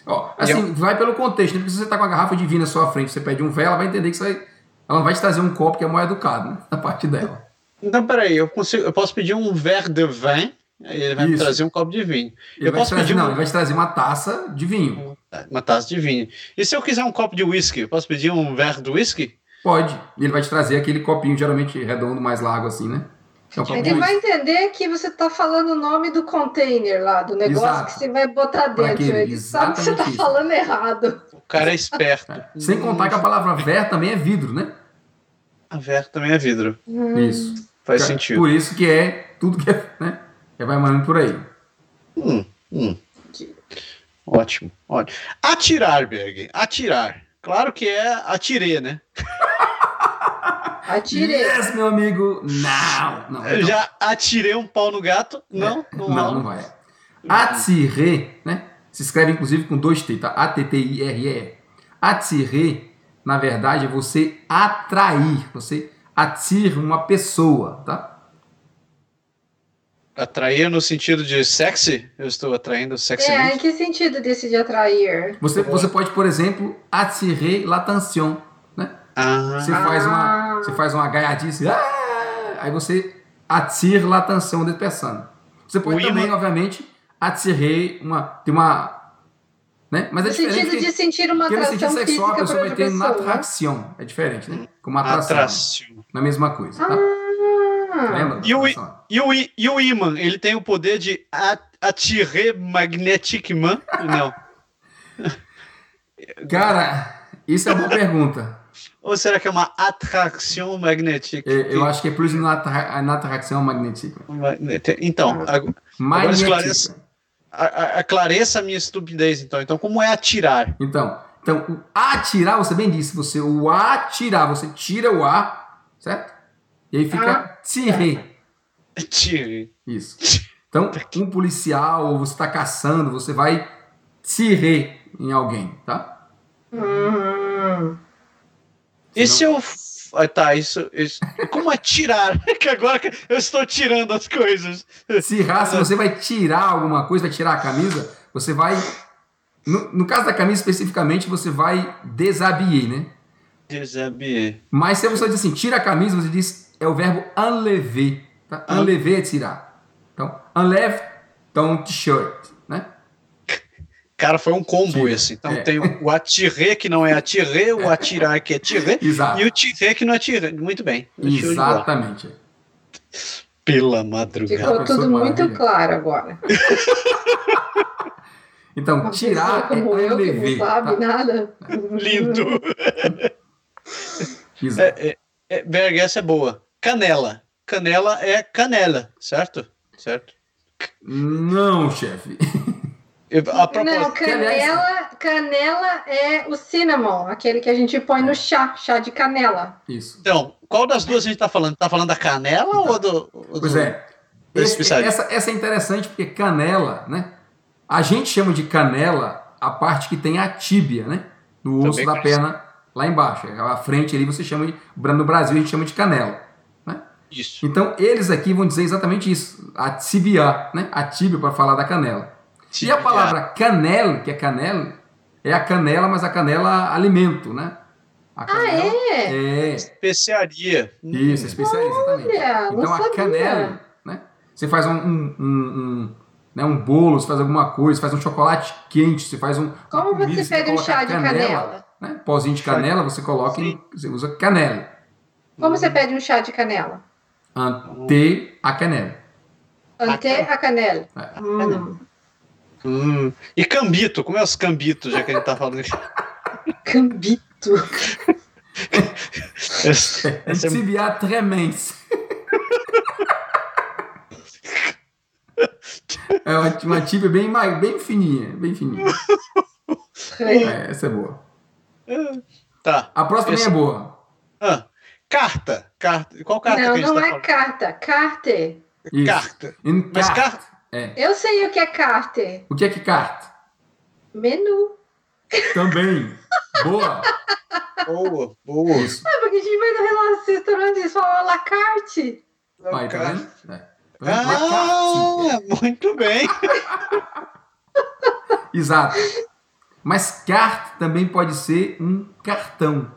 S3: Ó,
S2: é um
S3: assim, vai pelo contexto, né? porque se você tá com a garrafa de vinho na sua frente, você pede um véu, ela vai entender que você vai. Ela não vai te trazer um copo que é mal educado, né? Na parte dela.
S2: Então, peraí, eu, consigo, eu posso pedir um ver de vin, aí ele vai me
S3: Isso.
S2: trazer um copo de vinho.
S3: Ele
S2: eu
S3: vai te
S2: posso
S3: trazer,
S2: pedir
S3: não,
S2: um-
S3: ele vai te trazer uma taça de vinho.
S2: Tá, uma taça de vinho. E se eu quiser um copo de whisky, eu posso pedir um ver de whisky?
S3: Pode. E ele vai te trazer aquele copinho, geralmente redondo, mais largo, assim, né? Que É um copo de
S4: Ele vai
S3: uísque.
S4: entender que você está falando o nome do container lá, do negócio
S3: Exato.
S4: que você vai botar
S3: Pra
S4: dentro.
S3: aquele,
S4: Ele sabe que você está
S3: exatamente isso.
S4: falando errado.
S2: O cara é esperto.
S3: É. Sem contar que a palavra ver também é vidro, né?
S2: A ver também é vidro.
S4: Hum.
S3: Isso.
S2: Faz
S3: Cara,
S2: sentido.
S3: Por isso que é tudo que é, né? É vai mandando por aí.
S2: Hum, hum. Ótimo, ótimo. Atirar, Berg. Atirar. Claro que é atirei, né?
S4: Atirei.
S3: Yes, meu amigo. Não, É, não.
S2: Eu
S3: não.
S2: já atirei um pau no gato? Não, não,
S3: Não, não vai. Attirer, né? Se escreve inclusive com dois T, tá? A-T-T-I-R-E. Attirer, na verdade, é você atrair. Você atira uma pessoa, tá?
S2: Atrair no sentido de sexy? Eu estou atraindo
S4: É, em
S2: sexymente.
S4: que sentido desse de atrair?
S3: Você, você pode, por exemplo, attirer l'attention.
S2: Ah,
S3: Você faz uma,
S4: Ah.
S3: você faz uma gaiadice, "Ah!" aí você atira l'attention de personne. Você pode
S2: O
S3: também,
S2: imã-
S3: obviamente, atirer uma, tem uma, né? Mas é
S4: No
S3: diferente.
S4: sentido
S3: que-
S4: de sentir uma
S3: Porque no
S4: atração
S3: sentido sexual a
S4: física por
S3: pessoa vai
S4: outra
S3: ter uma
S4: pessoa. né?
S3: atração. É diferente, né? Como atração.
S2: atração.
S3: Na mesma coisa, tá?
S4: Ah,
S3: Lembra?
S2: E o i-
S3: Atração.
S2: E o, i- e o imã, ele tem o poder de a- atirer magneticman? Não.
S3: Cara, isso é uma boa pergunta.
S2: Ou será que é uma atração magnética?
S3: Eu, eu acho que é plus na atra- na atração magnética.
S2: Magnete- Então, ag- esclareça.
S3: Magnética.
S2: a- a- aclareça a minha estupidez, então. Então, como é atirar?
S3: Então, então, o atirar, você bem disse, você o atirar, você tira o ar, certo? E aí
S4: Ah.
S3: fica tiré.
S2: Atire.
S3: Isso. Então, um policial, ou você está caçando, você vai tiré em alguém, tá?
S4: hum.
S2: E
S3: Senão-
S2: se eu. f- Ah, tá, isso, isso. Como atirar? que agora que eu estou tirando as coisas.
S3: Se ra- se você vai tirar alguma coisa, vai tirar a camisa, você vai. No, no caso da camisa especificamente, você vai desabiller, né?
S2: Desabie.
S3: Mas se você diz assim, tira a camisa, você diz, é o verbo enlever. Tá?
S2: Ah.
S3: Enlever é tirar. Então, enleve ton t-shirt, né?
S2: Cara, foi um combo
S3: Tira.
S2: esse. Então
S3: É.
S2: tem o atirer que não é atirer, o atirar que é atirer,
S3: Exato.
S2: e o tirer que não é tirar. Muito bem. Show de bola.
S3: Exatamente.
S2: Pela madrugada.
S4: Ficou
S3: pessoa
S4: tudo muito
S3: maravilha.
S4: claro agora.
S3: Então,
S4: Uma pessoa
S3: tirar é
S4: como eu que
S3: enlever.
S4: não sabe né?
S3: Tá?
S4: nada.
S2: Lindo.
S3: Exato.
S2: É, é, é, Berg, essa é boa. Canela. Canela é canela, certo? Certo.
S3: Não, chefe.
S2: Eu- a propósito.
S4: Não, canela, canela é o cinnamon, aquele que a gente põe
S3: É.
S4: no chá, chá de canela.
S3: Isso.
S2: Então, qual das duas a gente tá falando? Tá falando da canela ou do. ou
S3: Pois
S2: do-
S3: é.
S2: do
S3: Esse-
S2: especialista.
S3: essa, essa é interessante porque canela, né? A gente chama de canela a parte que tem a tíbia, né? Do osso
S2: Também
S3: da
S2: conhece.
S3: perna lá embaixo. A frente ali você chama de. No Brasil a gente chama de canela.
S2: Isso.
S3: Então eles aqui vão dizer exatamente isso. A tibia, né? A tíbia para falar da canela. E a palavra canela, que é canela, é a canela, mas a canela alimento, né? A
S4: Ah,
S3: canela,
S4: é?
S3: É.
S2: Especiaria. Hum.
S3: Isso, é especialista, exatamente.
S4: Olha, não
S3: Então a
S4: sabia.
S3: canela, né? Você faz um, um, um- um, né, um bolo, você faz alguma coisa, você faz um chocolate quente, você faz um.
S4: Como
S3: uma comida,
S4: você pega um
S3: coloca
S4: chá de canela?
S3: né? Pozinho de canela, você coloca e
S2: Sim.
S3: você usa canela.
S4: Como
S3: Hum.
S4: você pede um chá de canela?
S3: Ante a canela.
S4: Ante a canela.
S3: É.
S4: Hum.
S2: Hum. E cambito, como é os cambitos, já que a gente tá falando aqui?
S4: Cambito.
S2: Esse- esse é-
S3: Tibia tremens. É uma, uma tibia bem, ma- bem fininha, bem fininha. É, essa é boa.
S2: Tá.
S3: A próxima
S2: Esse-
S3: também é boa.
S2: Ah, carta. Carta. Qual carta
S4: Não,
S2: que a gente
S4: não
S2: tá
S4: é
S2: falando?
S4: carta. Carte.
S3: Isso.
S2: Carta.
S3: Em
S2: Mas
S3: carta.
S2: carta.
S3: É.
S4: Eu sei o que é carte.
S3: O que é que carta?
S4: Menu.
S3: Também. Boa.
S2: Boa, boa.
S3: Isso.
S4: Ah, porque a gente vai no rela- restaurante e fala la carte.
S3: Aí, tá
S2: Carta.
S3: vendo? É. Tá vendo? Uma carta.
S2: Ah, muito bem.
S3: Ah! Exato. Mas carta também pode ser um cartão.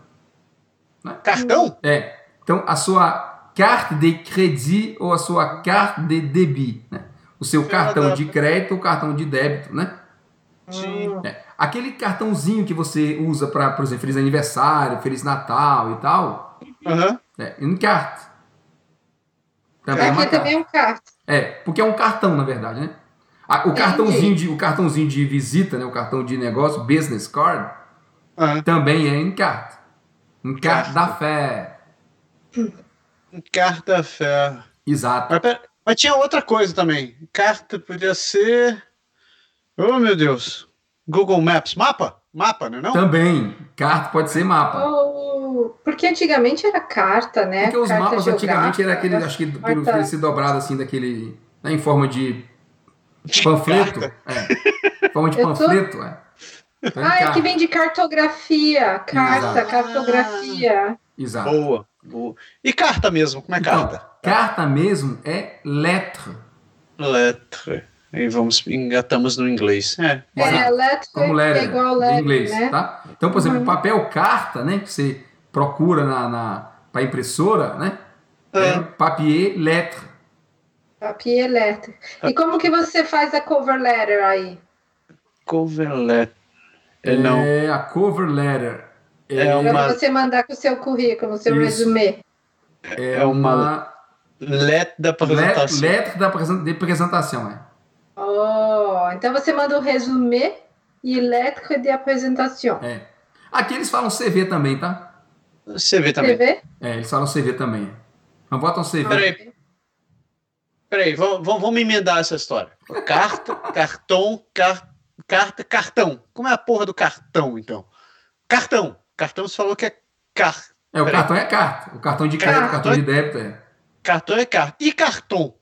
S2: Cartão?
S3: É. Então, a sua carte de crédit ou a sua carte de débit. né? O seu cartão de crédito ou cartão de débito, né?
S2: Sim.
S3: Aquele cartãozinho que você usa para, por exemplo, feliz aniversário, feliz Natal e tal,
S2: Aham.
S3: é um carta. Também é uma
S4: Aqui
S3: carta.
S4: também é um carte.
S3: É, porque é um cartão, na verdade, né? A-
S4: É,
S3: O cartãozinho, de, o cartãozinho de visita, né? O cartão de negócio, business card,
S2: aham.
S3: também é em carta. Em
S2: Carta.
S3: carta da fé.
S2: Carta fé.
S3: Exato.
S2: Mas, pera- mas tinha outra coisa também. Carta podia ser. Oh, meu Deus. Google Maps. Mapa? Mapa, né?
S3: Tá.
S2: Não?
S3: Também. Carta pode ser mapa.
S4: Oh, porque antigamente era carta, né?
S3: Porque os
S4: Carta
S3: mapas antigamente
S4: geográfica,
S3: era aquele,
S4: né?
S3: acho que pelo
S4: Carta.
S3: pelo ser dobrado assim daquele, né, em forma de panfleto,
S2: Carta.
S3: é. Em forma de
S4: Eu tô-
S3: panfleto, é. Então, em
S4: Ah, é
S3: carta.
S4: que vem de cartografia. Carta,
S2: Exato.
S4: cartografia.
S3: Exato.
S2: Boa, boa. E carta mesmo, como é
S3: Então,
S2: carta?
S3: carta mesmo é letra.
S2: Letra. E vamos, engatamos no inglês. É.
S4: É, letra
S3: como letter,
S4: é igual
S3: em
S4: letra,
S3: inglês,
S4: né?
S3: tá? Então, por exemplo,
S4: Uhum.
S3: papel carta, né, que você procura na, na pra impressora, né? É papier lettre.
S4: Papier letter. E como que você faz a cover letter aí?
S2: Cover letter. É, não.
S3: É a cover letter.
S2: É,
S4: Pra
S2: uma
S4: você mandar com o seu currículo, o seu
S3: Isso.
S4: resumê.
S3: É,
S2: é uma
S3: uma
S2: letra da
S3: let-
S2: apresentação.
S3: letra da presen- de apresentação, é.
S4: Oh, então você manda o resumê e letra de apresentação.
S3: É. Aqui eles falam CV também, tá?
S2: Você vê
S4: Você
S2: também.
S4: vê?
S3: É, eles falam CV também. Não botam CV.
S2: Peraí. Peraí, vamos, vamos vamos emendar essa história. Carta, cartão, car, carta, cartão. Como é a porra do cartão, então? Cartão. Cartão você falou que é car.
S3: É, o
S2: Peraí.
S3: cartão é carta. O cartão de crédito, o
S4: Cartão.
S3: cartão de débito, é.
S2: Cartão é carta. E cartão?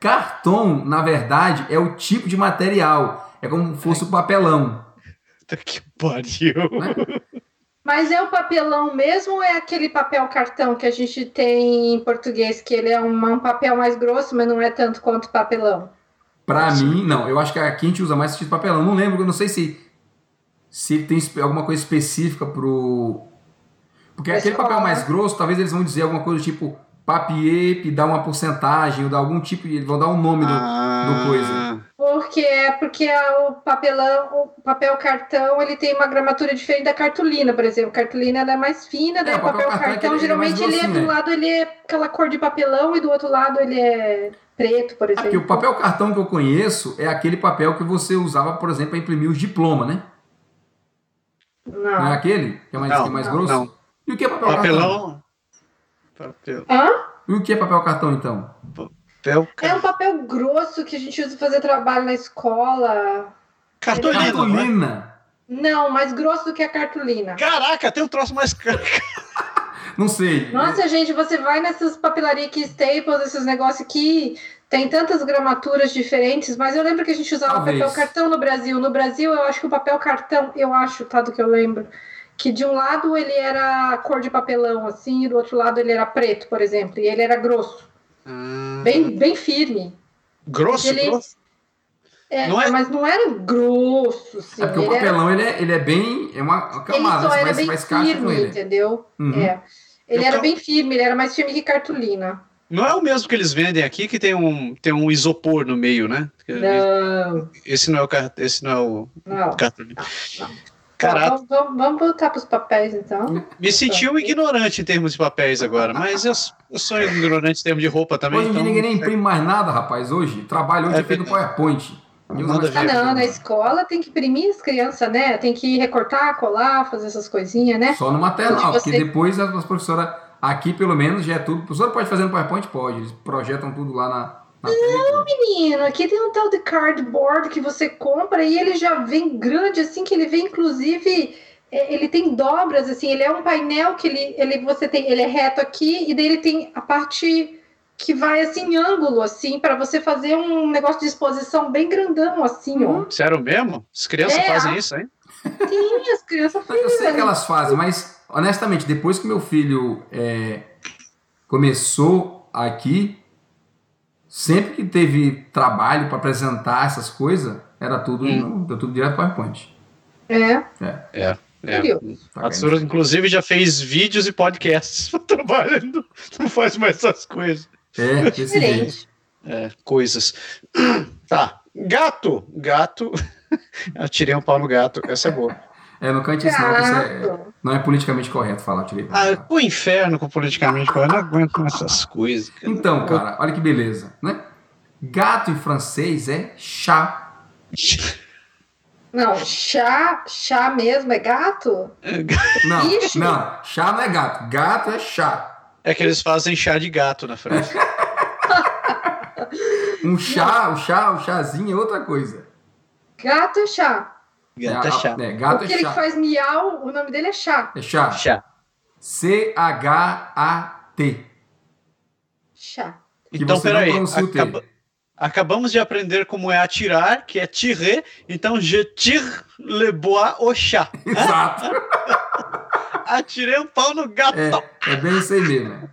S3: Cartão, na verdade, é o tipo de material. É como se fosse o papelão.
S2: Puta Que pariu.
S3: Né?
S4: Mas é o papelão mesmo ou é aquele papel cartão que a gente tem em português, que ele é uma- um papel mais grosso, mas não é tanto quanto papelão?
S3: Pra mim, não. Eu acho que aqui a gente usa mais sentido papelão. Não lembro, eu não sei se se tem espe- alguma coisa específica pro. Porque
S4: Pra
S3: aquele papel
S4: escola,
S3: mais
S4: né?
S3: grosso, talvez eles vão dizer alguma coisa tipo papier, que dá uma porcentagem, ou dá algum tipo, eles vão dar um nome do.
S2: Ah,
S4: Ah.
S3: do coisa.
S4: Porque é porque a- o papelão, o papel cartão, ele tem uma gramatura diferente da cartolina, por exemplo. Cartolina ela é mais fina, daí
S3: É,
S4: o papel, cartão,
S3: é aquele- ele é
S4: geralmente
S3: mais
S4: ele é
S3: grossinho,
S4: do
S3: né?
S4: lado ele é aquela cor de papelão e do outro lado ele é preto, por
S3: Ah, porque
S4: exemplo.
S3: o papel cartão que eu conheço é aquele papel que você usava, por exemplo, para imprimir os diplomas, né? Não, é
S4: Não.
S3: aquele? Que é mais,
S2: Não,
S3: que é mais
S4: não,
S3: grosso?
S2: não.
S3: E o que é papel cartão?
S2: Papelão. Papel.
S4: Hã?
S3: E o que é papel cartão, então?
S2: Papel.
S4: É um
S2: Car...
S4: papel grosso que a gente usa pra fazer trabalho na escola.
S2: Cartolina. não é?
S3: Cartolina.
S4: Não, mais grosso do que a cartolina.
S2: Caraca, tem um troço mais caro.
S3: Não sei.
S4: Nossa, gente, você vai nessas papelarias que Staples, esses negócios que tem tantas gramaturas diferentes, mas eu lembro que a gente usava
S3: Talvez.
S4: papel cartão no Brasil. No Brasil, eu acho que o papel cartão, eu acho, tá, do que eu lembro, que de um lado ele era cor de papelão, assim, e do outro lado ele era preto, por exemplo, e ele era grosso, bem, bem firme.
S2: Grosso,
S4: Ele-
S2: grosso.
S4: É,
S2: Não é-
S4: Mas não era grosso, assim.
S3: É porque o
S4: ele era-
S3: papelão ele é, ele é bem. É uma, uma
S4: ele
S3: camada,
S4: só
S3: você
S4: era
S3: faz,
S4: bem
S3: faz caixa com
S4: firme,
S3: ele.
S4: entendeu?
S3: Uhum.
S4: É. Ele
S2: Eu
S4: era
S2: tô-
S4: bem firme, ele era mais firme que cartolina.
S2: Não é o mesmo que eles vendem aqui, que tem um, tem um isopor no meio, né?
S4: Não,
S2: Esse não é o car- esse não é o
S4: não.
S2: cartolina. Caraca,
S4: Vamos, vamos, vamos voltar pros papéis, então.
S2: me senti um ignorante em termos de papéis agora, mas eu, eu sou um ignorante em termos de roupa também.
S3: Hoje em dia
S2: Então,
S3: ninguém nem imprime mais nada, rapaz. Hoje, trabalho hoje
S2: É
S3: é, feito no PowerPoint. Ninguém usa
S2: Manda
S3: mais
S4: Ah,
S2: ver.
S3: papel.
S4: não, na escola tem que imprimir as crianças, né? Tem que recortar, colar, fazer essas coisinhas, né?
S3: Só no maternal,
S4: Porque
S3: porque
S4: você-
S3: depois as professoras, aqui pelo menos, já é tudo. A professora pode fazer no PowerPoint? Pode. Eles projetam tudo lá na. na não,
S4: Menino, aqui tem um tal de cardboard que você compra e ele já vem grande, assim, que ele vem, inclusive, é, ele tem dobras, assim, ele é um painel que ele, ele você tem, ele é reto aqui, e daí ele tem a parte que vai assim, em ângulo, assim, para você fazer um negócio de exposição bem grandão, assim,
S3: Uhum.
S4: ó.
S2: Sério mesmo? As crianças
S4: É,
S2: fazem
S4: ah.
S2: isso, hein?
S4: Sim, as crianças
S3: Eu sei que
S4: fazem.
S3: elas fazem, mas honestamente, depois que meu filho é, começou aqui, sempre que teve trabalho para apresentar essas coisas, era tudo,
S2: Hum.
S3: não, deu tudo direto para PowerPoint.
S4: É,
S2: É.
S4: curioso.
S3: Tá
S2: A
S3: vendo?
S2: Tsuru, inclusive, já fez vídeos e podcasts trabalhando. Não faz mais essas coisas.
S3: É, desse jeito.
S4: Diferente.
S2: É, coisas. Tá. Gato. Gato. Eu tirei um pau no gato. Essa é boa.
S3: É, não cante isso não, que isso é,
S4: Gato.
S3: não é politicamente correto falar, tirei. pra
S2: Ah,
S3: lá.
S2: o inferno com politicamente correto. Eu não aguento mais essas coisas. cara.
S3: Então, cara, olha que beleza, né? Gato em francês é chat.
S4: Não, chá, chá mesmo é gato?
S3: Não,
S4: Bicho.
S3: não, chá não é gato, gato é chá.
S2: É que eles fazem chá de gato na frente.
S3: Um chá, o chá, o chazinho é outra coisa.
S4: Gato é chá.
S2: Gato é chá.
S3: É, gato é
S4: Aquele que
S3: chá.
S4: faz miau, o nome dele é chá.
S3: É chá.
S2: Chá.
S3: C-H-A-T.
S4: Chá.
S3: Que
S2: Então,
S3: você não
S2: peraí.
S3: pronuncia o T.
S2: acaba- Acabamos de aprender como é atirar, que é tirer. Então, je tire le bois au chat.
S3: Exato.
S2: Atirei um pau no gato.
S3: É, é bem isso aí mesmo. né?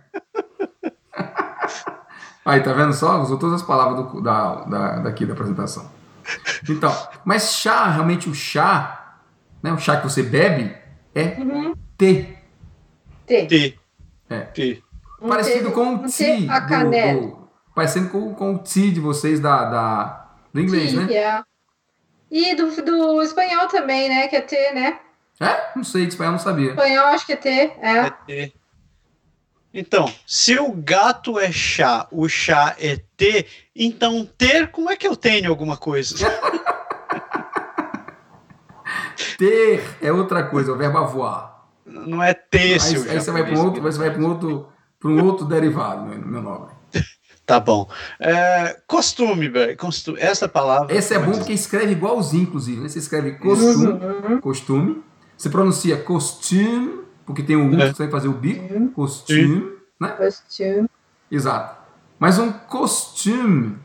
S3: Aí, tá vendo só? Usou todas as palavras do- da, da- daqui da apresentação. Então, mas chá, realmente o chá, né, o chá que você bebe é
S4: Uhum.
S3: T.
S4: T.
S2: T.
S3: É.
S2: T.
S4: Um
S3: parecido
S4: T-
S3: com
S4: um
S3: o
S4: T
S3: ti.
S4: a
S3: do-
S4: canela.
S3: do- Parecendo com, com o ti de vocês da, da- do inglês,
S4: Tia.
S3: né?
S4: é. E do, do espanhol também, né? Que é T, né?
S3: É? Não sei, de espanhol não sabia.
S4: Espanhol acho que é T.
S2: É
S4: É.
S2: T. Então, se o gato é chá, o chá é T, então ter, como é que eu tenho alguma coisa?
S3: Ter é outra coisa, é o verbo voar.
S2: Não é ter,
S3: aí,
S2: seu
S3: aí você vai para
S2: japonês.
S3: um outro, você vai para um outro, para um outro derivado, meu, meu nobre. um-
S2: Tá bom. É, costume, velho. costu- Essa palavra.
S3: Esse é bom porque escreve igualzinho, inclusive. Né? Você escreve costume,
S4: Uhum.
S3: costume. Você pronuncia costume, porque tem o U,
S2: É.
S3: você vai fazer o bico. Costume. né?
S4: Costume.
S3: Exato. Mas um costume,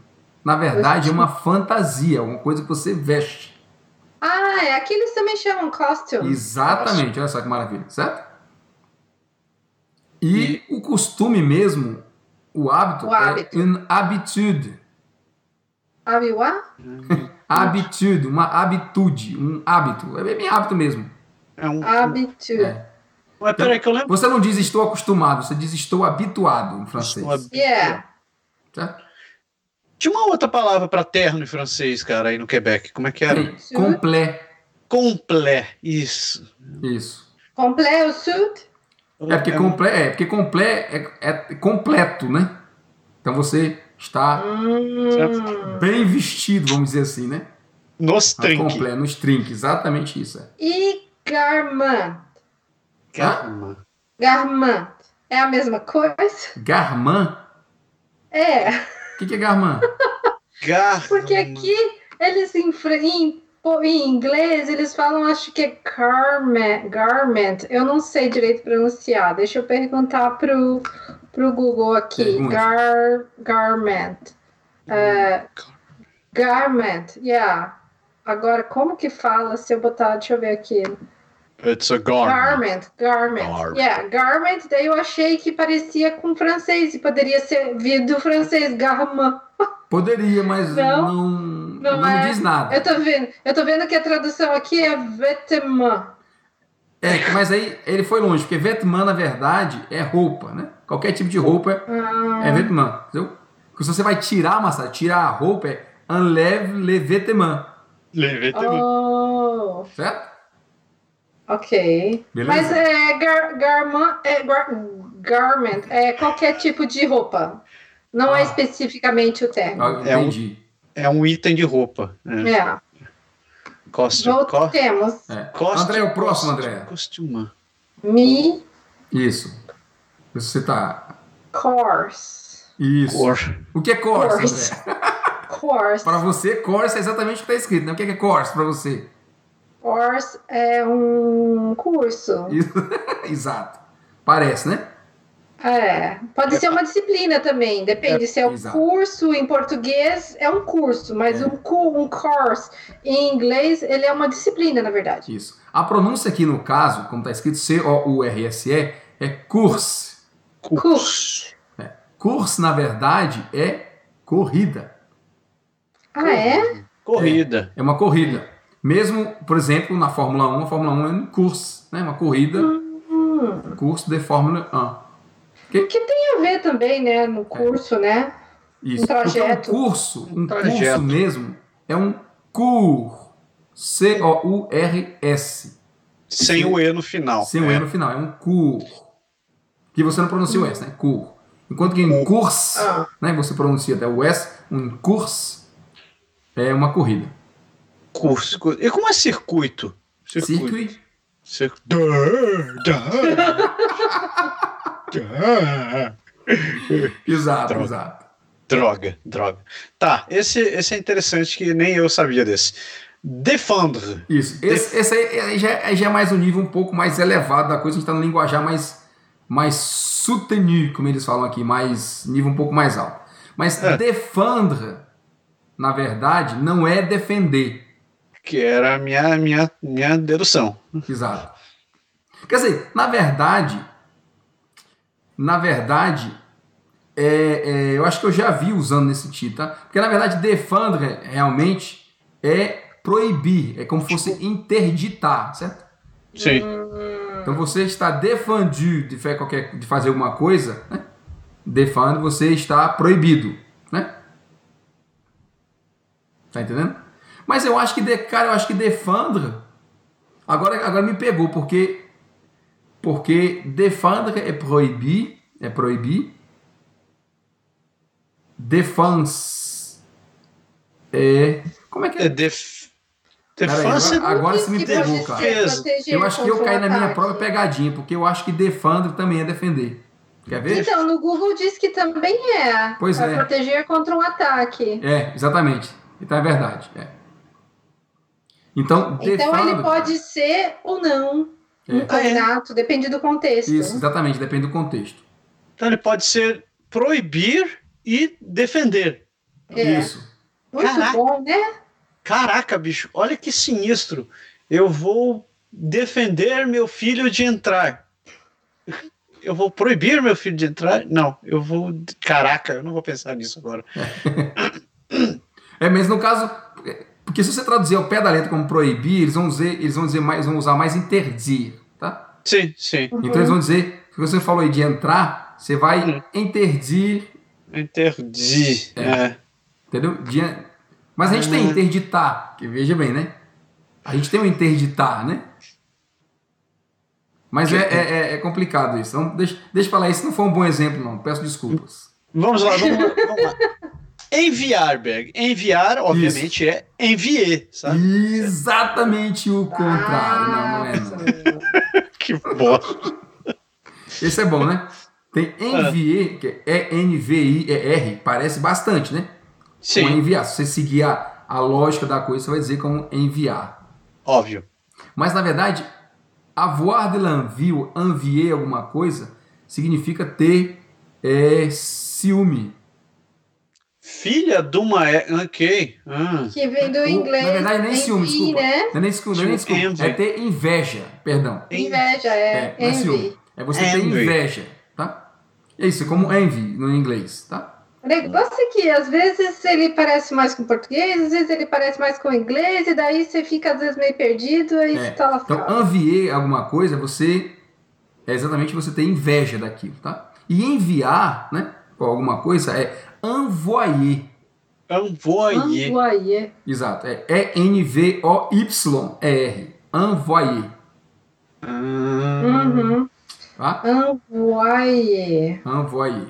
S3: na verdade, é uma fantasia, é uma coisa que você veste.
S4: Ah, é aqui eles também chamam costume.
S3: Exatamente, olha só que maravilha, certo? E o costume mesmo, o hábito,
S4: O hábito.
S3: é une habitude.
S4: Aviwa?
S3: Habitude, uma habitude, um hábito. É bem hábito mesmo.
S2: É um...
S4: Ah, Habitude.
S3: É.
S2: Mas peraí, que eu lembro.
S3: Você não diz estou acostumado, você diz estou habituado em francês.
S2: Estou hab-
S4: Yeah.
S3: certo?
S2: Tinha uma outra palavra pra terno em francês, cara, aí no Quebec. Como é que era?
S3: Tem Complet.
S2: Complé. Isso.
S3: Isso.
S4: Complé o sud?
S3: É porque complet é, porque complet é, é completo, né? Então você está
S4: Hum.
S3: bem vestido, vamos dizer assim, né?
S2: Nos
S3: Ah,
S2: trinque.
S3: Complet, nos trinques, exatamente isso. é.
S4: E garman?
S2: Caramba.
S4: Garman. É a mesma coisa?
S3: Garman?
S4: É.
S3: O que, que é garman?
S2: Garma.
S4: Porque aqui eles em, fran- em, po- em inglês eles falam, acho que é garment, garment. Eu não sei direito pronunciar. Deixa eu perguntar pro, pro Google aqui.
S3: Pergunte.
S4: Gar, garment. É, garment. Yeah. Agora, como que fala se eu botar? Deixa eu ver aqui.
S2: It's a garment.
S4: Garment, garment.
S2: Garment.
S4: Yeah, garment. Daí eu achei que parecia com francês e poderia ser vir do francês, garment.
S3: Poderia, mas
S4: Não.
S3: não. não,
S4: é.
S3: diz nada.
S4: Eu tô vendo. Eu tô vendo que a tradução aqui é vêtemã.
S3: É, mas aí ele foi longe, porque Vetman, na verdade, é roupa, né? Qualquer tipo de roupa
S4: Ah,
S3: é, é Vetman, entendeu? Porque se você vai tirar, massa, tirar a roupa é Enlève le Vetman,
S2: Levei também.
S4: oh,
S3: certo?
S4: ok.
S3: Beleza?
S4: Mas é gar, garman, é gar- garment, é qualquer tipo de roupa. Não
S3: Ah.
S4: é especificamente o termo.
S3: Ah,
S2: É um-
S3: Entendi.
S2: É um item de roupa. Né?
S4: É,
S2: Costume. co-
S4: voltemos.
S3: É.
S2: costume-
S3: André, o próximo, André.
S2: Costume.
S4: Me
S3: Isso. Você tá.
S4: course.
S3: Isso.
S2: Cor.
S3: O que é Corsa,
S4: Corsa.
S3: André?
S4: Course.
S3: Pra você, Corsa é exatamente o que tá escrito, né? O que é que é Corsa pra você?
S4: Course é um curso.
S3: Isso. Exato. Parece, né?
S4: É, pode ser uma disciplina também, depende se é um
S3: Exato.
S4: curso em português, é um curso, mas
S3: É.
S4: um, cu- um course em inglês, ele é uma disciplina, na verdade.
S3: Isso. A pronúncia aqui, no caso, como tá escrito C-O-U-R-S-E, é curse.
S4: Curso.
S3: Curso, na verdade, é corrida.
S4: Ah, é?
S2: Corrida.
S3: É uma corrida. Mesmo, por exemplo, na Fórmula 1, a Fórmula 1 é um curso, né? Uma corrida,
S4: Hum.
S3: curso de Fórmula um.
S4: Tem a ver também, né,
S3: É.
S4: no curso, né?
S3: 1. Isso.
S4: Um
S3: Porque um
S4: trajeto.
S3: curso, um
S2: Um trajeto.
S3: curso mesmo, é um cur. C-O-U-R-S.
S2: Sem o E no final.
S3: Sem o E no final, é um cur. Que você não pronuncia o S, né? Cur. Enquanto que um curso,
S4: Ah.
S3: né? Você pronuncia até o S, um curso é uma corrida.
S2: Curso. cur- E como é circuito?
S3: Circuit
S2: Cir- Dã, dã. Dã.
S3: Exato,
S2: Droga.
S3: exato.
S2: Droga, droga. Tá, esse, esse é interessante que nem eu sabia desse. Defendre.
S3: Isso. Esse, esse aí, aí já, aí já é mais um nível um pouco mais elevado da coisa. A gente está no linguajar mais, mais soutenu, como eles falam aqui, mais nível um pouco mais alto. Mas
S2: É.
S3: defendre, na verdade, não é defender.
S2: Que era a minha, minha, minha dedução.
S3: Exato. Quer dizer, na verdade, na verdade, é, é, eu acho que eu já vi usando nesse título, tá? Porque na verdade, defendre realmente é proibir, é como se fosse interditar, certo?
S2: Sim.
S3: Então você está defendu de, fa- qualquer- de fazer alguma coisa, né? Defendo, você está proibido, né? Tá entendendo? Mas eu acho que, de, cara, eu acho que defendre. Agora, agora me pegou, porque. Porque defendre é proibir. É proibir. Defense. É. Como é que
S2: É
S3: é?
S2: def...
S3: Peraí,
S2: Defense
S3: agora- agora você me
S4: Que pode
S3: pegou,
S4: ser
S3: cara.
S2: Defesa.
S4: proteger
S3: Eu acho que eu
S4: contra um
S3: caí na minha
S4: ataque.
S3: própria pegadinha, porque eu acho que defendre também é defender. Quer ver?
S4: Então, no Google diz que também é.
S3: Pois
S4: pra
S3: é.
S4: proteger contra um ataque.
S3: É, exatamente. Então é verdade. é. Então,
S4: Então,
S3: defendre-
S4: ele pode ser ou não um
S3: É.
S4: candidato, depende do contexto.
S3: Isso, exatamente, depende do contexto.
S2: Então ele pode ser proibir e defender.
S4: É.
S3: Isso.
S4: Muito
S2: Caraca.
S4: bom, né?
S2: Caraca, bicho, olha que sinistro. Eu vou defender meu filho de entrar. Eu vou proibir meu filho de entrar? Não, eu vou. Caraca, eu não vou pensar nisso agora.
S3: É, mas no caso. Porque se você traduzir ao pé da letra como proibir, eles vão dizer, eles vão dizer mais, vão usar mais interdir, tá?
S2: Sim, sim.
S3: Então
S4: Uhum.
S3: eles vão dizer, se você falou aí de entrar, você vai
S2: Hum.
S3: interdir,
S2: Interdi. É.
S3: entendeu? De en- Mas a gente tem
S2: Hum.
S3: interditar, que veja bem, né? A gente tem um interditar, né? Mas é, é- é- é complicado isso. Então, deixa, deixa eu falar, isso não foi um bom exemplo, não. Peço desculpas.
S2: Vamos lá, vamos lá. Vamos lá. Enviar, Berg. Enviar, obviamente, é envier, sabe?
S3: Exatamente o contrário. Não, não é.
S4: Ah,
S3: Não.
S2: Que bosta.
S3: Esse é bom, né? Tem NVE, que é N-V-I-E-R, parece bastante, né? Com
S2: Sim,
S3: enviar. Se você seguir a, a lógica da coisa, você vai dizer é um como enviar.
S2: óbvio.
S3: Mas, na verdade, avoir de l'envie, ou envier alguma coisa, significa ter é, ciúme.
S2: Filha de uma. é- Ok. Ah.
S4: Que vem do
S3: Ou,
S4: inglês.
S3: Na verdade, nem
S4: envy,
S3: ciúme, desculpa.
S4: né?
S3: Não é nem ciúme, não é
S2: Ciúme,
S3: nem desculpa. É
S2: envy.
S3: ter inveja, perdão.
S4: Inveja, é.
S3: não ciúme.
S4: envy.
S3: É você ter
S2: Envy.
S3: inveja, tá? É isso, é como envy no inglês, tá?
S4: O negócio é que às vezes ele parece mais com português, às vezes ele parece mais com inglês, e daí você fica às vezes meio perdido e
S3: É.
S4: tá lá
S3: Então, envier alguma coisa, você é exatamente você ter inveja daquilo, tá? E enviar, né, com alguma coisa é envoyer.
S2: é um Amvoye.
S4: Anvoyer.
S3: Exato, é E-N-V-O-Y-E-R. Envoyer,
S2: Ah.
S4: Uhum.
S3: tá?
S4: Anvoyer.
S3: Envoyer.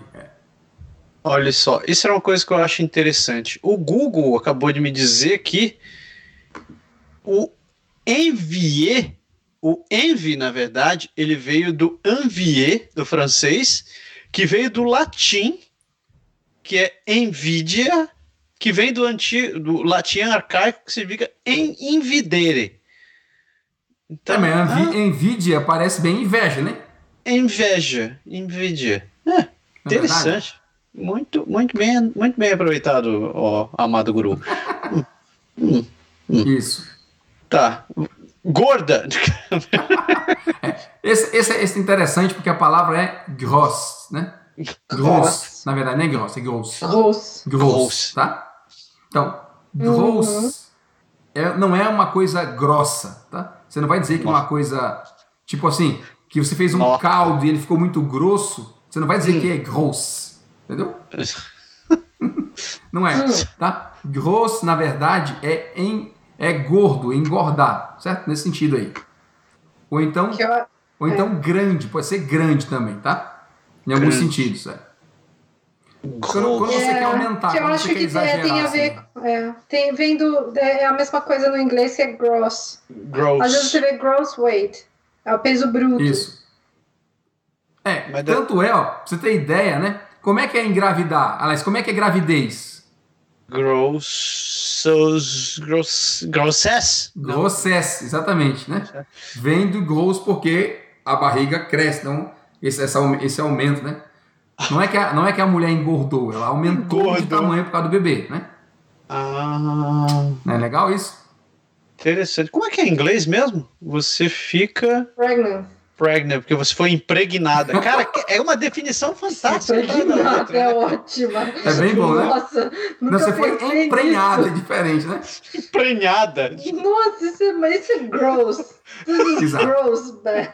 S2: Olha só, isso era uma coisa que eu acho interessante. O Google acabou de me dizer que o envier, o envy, na verdade, ele veio do envier, do francês, que veio do latim, que é envidia, que vem do, anti, do latim arcaico, que significa en- invidere. Então,
S3: Também,
S2: ah,
S3: É envi envidia parece bem inveja, né?
S2: inveja, invidia. É.
S3: Na verdade.
S2: Interessante. Muito, muito bem, muito bem aproveitado, ó, amado guru.
S3: Isso.
S2: Tá. Gorda.
S3: Esse, esse, é- esse é interessante porque a palavra é gross, né? Gross. Na verdade, não é gross, é gross.
S4: Grosso.
S3: Gross,
S2: Gross.
S3: tá? Então, gross é- não é uma coisa grossa, tá? Você não vai dizer que é uma coisa, tipo assim, que você fez um
S2: Nossa.
S3: caldo e ele ficou muito grosso, você não vai dizer
S2: Hum.
S3: que é gross, entendeu? Não é, tá? Grosso, na verdade, é, em, é gordo, engordar, certo? Nesse sentido aí. Ou então,
S4: Que eu-
S3: ou então grande, pode ser grande também, tá? Em alguns
S2: Grande.
S3: sentidos, é. Quando, quando você
S4: É,
S3: quer aumentar,
S4: que eu
S3: quando
S4: acho
S3: você quer
S4: que tem-
S3: exagerar,
S4: tem a ver
S3: assim.
S4: é, tem, vem do, é a mesma coisa no inglês que é gross. Às vezes
S2: Gross.
S4: você vê gross weight. É o peso bruto.
S3: Isso. É,
S2: Mas da-
S3: tanto é, ó, pra você ter ideia, né? Como é que é engravidar? Aliás, como é que é gravidez?
S2: Grossos. Gross. Grossess? Não.
S3: Grossesse, exatamente, né? Vem do grosso porque a barriga cresce, então esse, essa, esse aumento, né? Não é, que a, não é que a mulher engordou, ela aumentou de
S2: Engordou.
S3: tamanho por causa do bebê, né?
S2: Ah.
S3: Não é legal isso?
S2: Interessante. Como é que é em inglês mesmo? Você fica
S4: Pregnant.
S2: pregnant, porque você foi impregnada. Cara, que- é uma definição fantástica.
S4: Impregnada, Tá é ótima.
S3: né? É bem bom, né?
S4: Nossa, nunca
S3: Não, você foi
S4: pensei
S3: emprenhada, é
S4: nisso.
S3: diferente, né?
S2: Emprenhada.
S4: Nossa, isso é, mas isso é gross. This is
S3: Exato.
S4: gross, né? man.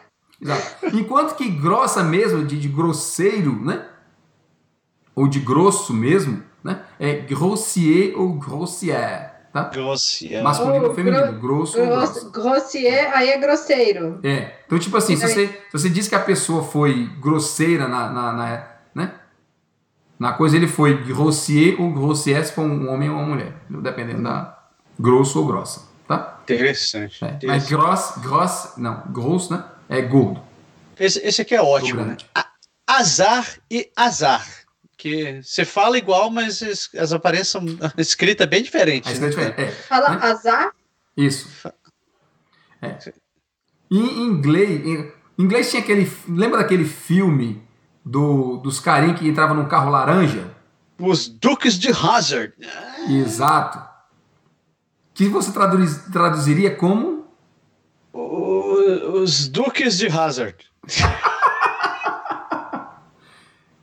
S3: Exato. Enquanto que grossa mesmo, de, de grosseiro, né? Ou de grosso mesmo, né? É grossier ou grossier, tá?
S2: Grossier.
S3: Masculino
S4: Oh,
S3: ou feminino, grosso ou
S4: Gross,
S3: grosso.
S4: grossier, aí é grosseiro.
S3: É. Então, tipo assim, se você, se você diz que a pessoa foi grosseira na, na, na- né? na coisa, ele foi grossier ou grossier se for um homem ou uma mulher. Dependendo da grosso ou grossa, tá?
S2: Interessante.
S3: É. Mas gross, gross, não, grosso, né? É gordo.
S2: Esse, esse aqui é ótimo, né?
S3: grande.
S2: Azar e azar. Que você fala igual, mas es- as aparências são escrita é bem diferente.
S3: Aí você
S2: né?
S3: dá diferente. É,
S4: Fala
S3: Né?
S4: azar?
S3: Isso. É. E Em inglês, em em inglês tinha aquele. Lembra daquele filme do, dos carinhos que entravam num carro laranja?
S2: Os Duques de Hazard.
S3: Exato. Que você traduz- traduziria como.
S2: Os Duques de Hazard.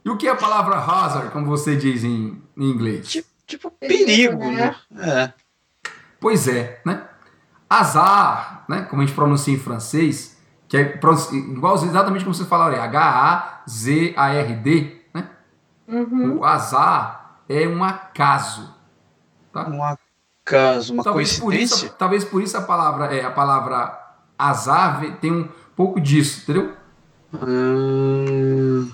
S3: E o que é a palavra hazard, como você diz em, em inglês?
S2: Tipo, tipo
S4: Perigo,
S2: perigo,
S4: né?
S2: né? É.
S3: Pois é, né? Azar, né? Como a gente pronuncia em francês, que é pronunci- igual exatamente como você é falaria, H-A-Z-A-R-D, né?
S4: Uhum.
S3: O azar é um acaso.
S2: Um acaso, uma
S3: por isso,
S2: coincidência.
S3: talvez por isso a palavra é a palavra azar ve- tem um pouco disso, entendeu?
S2: Hum,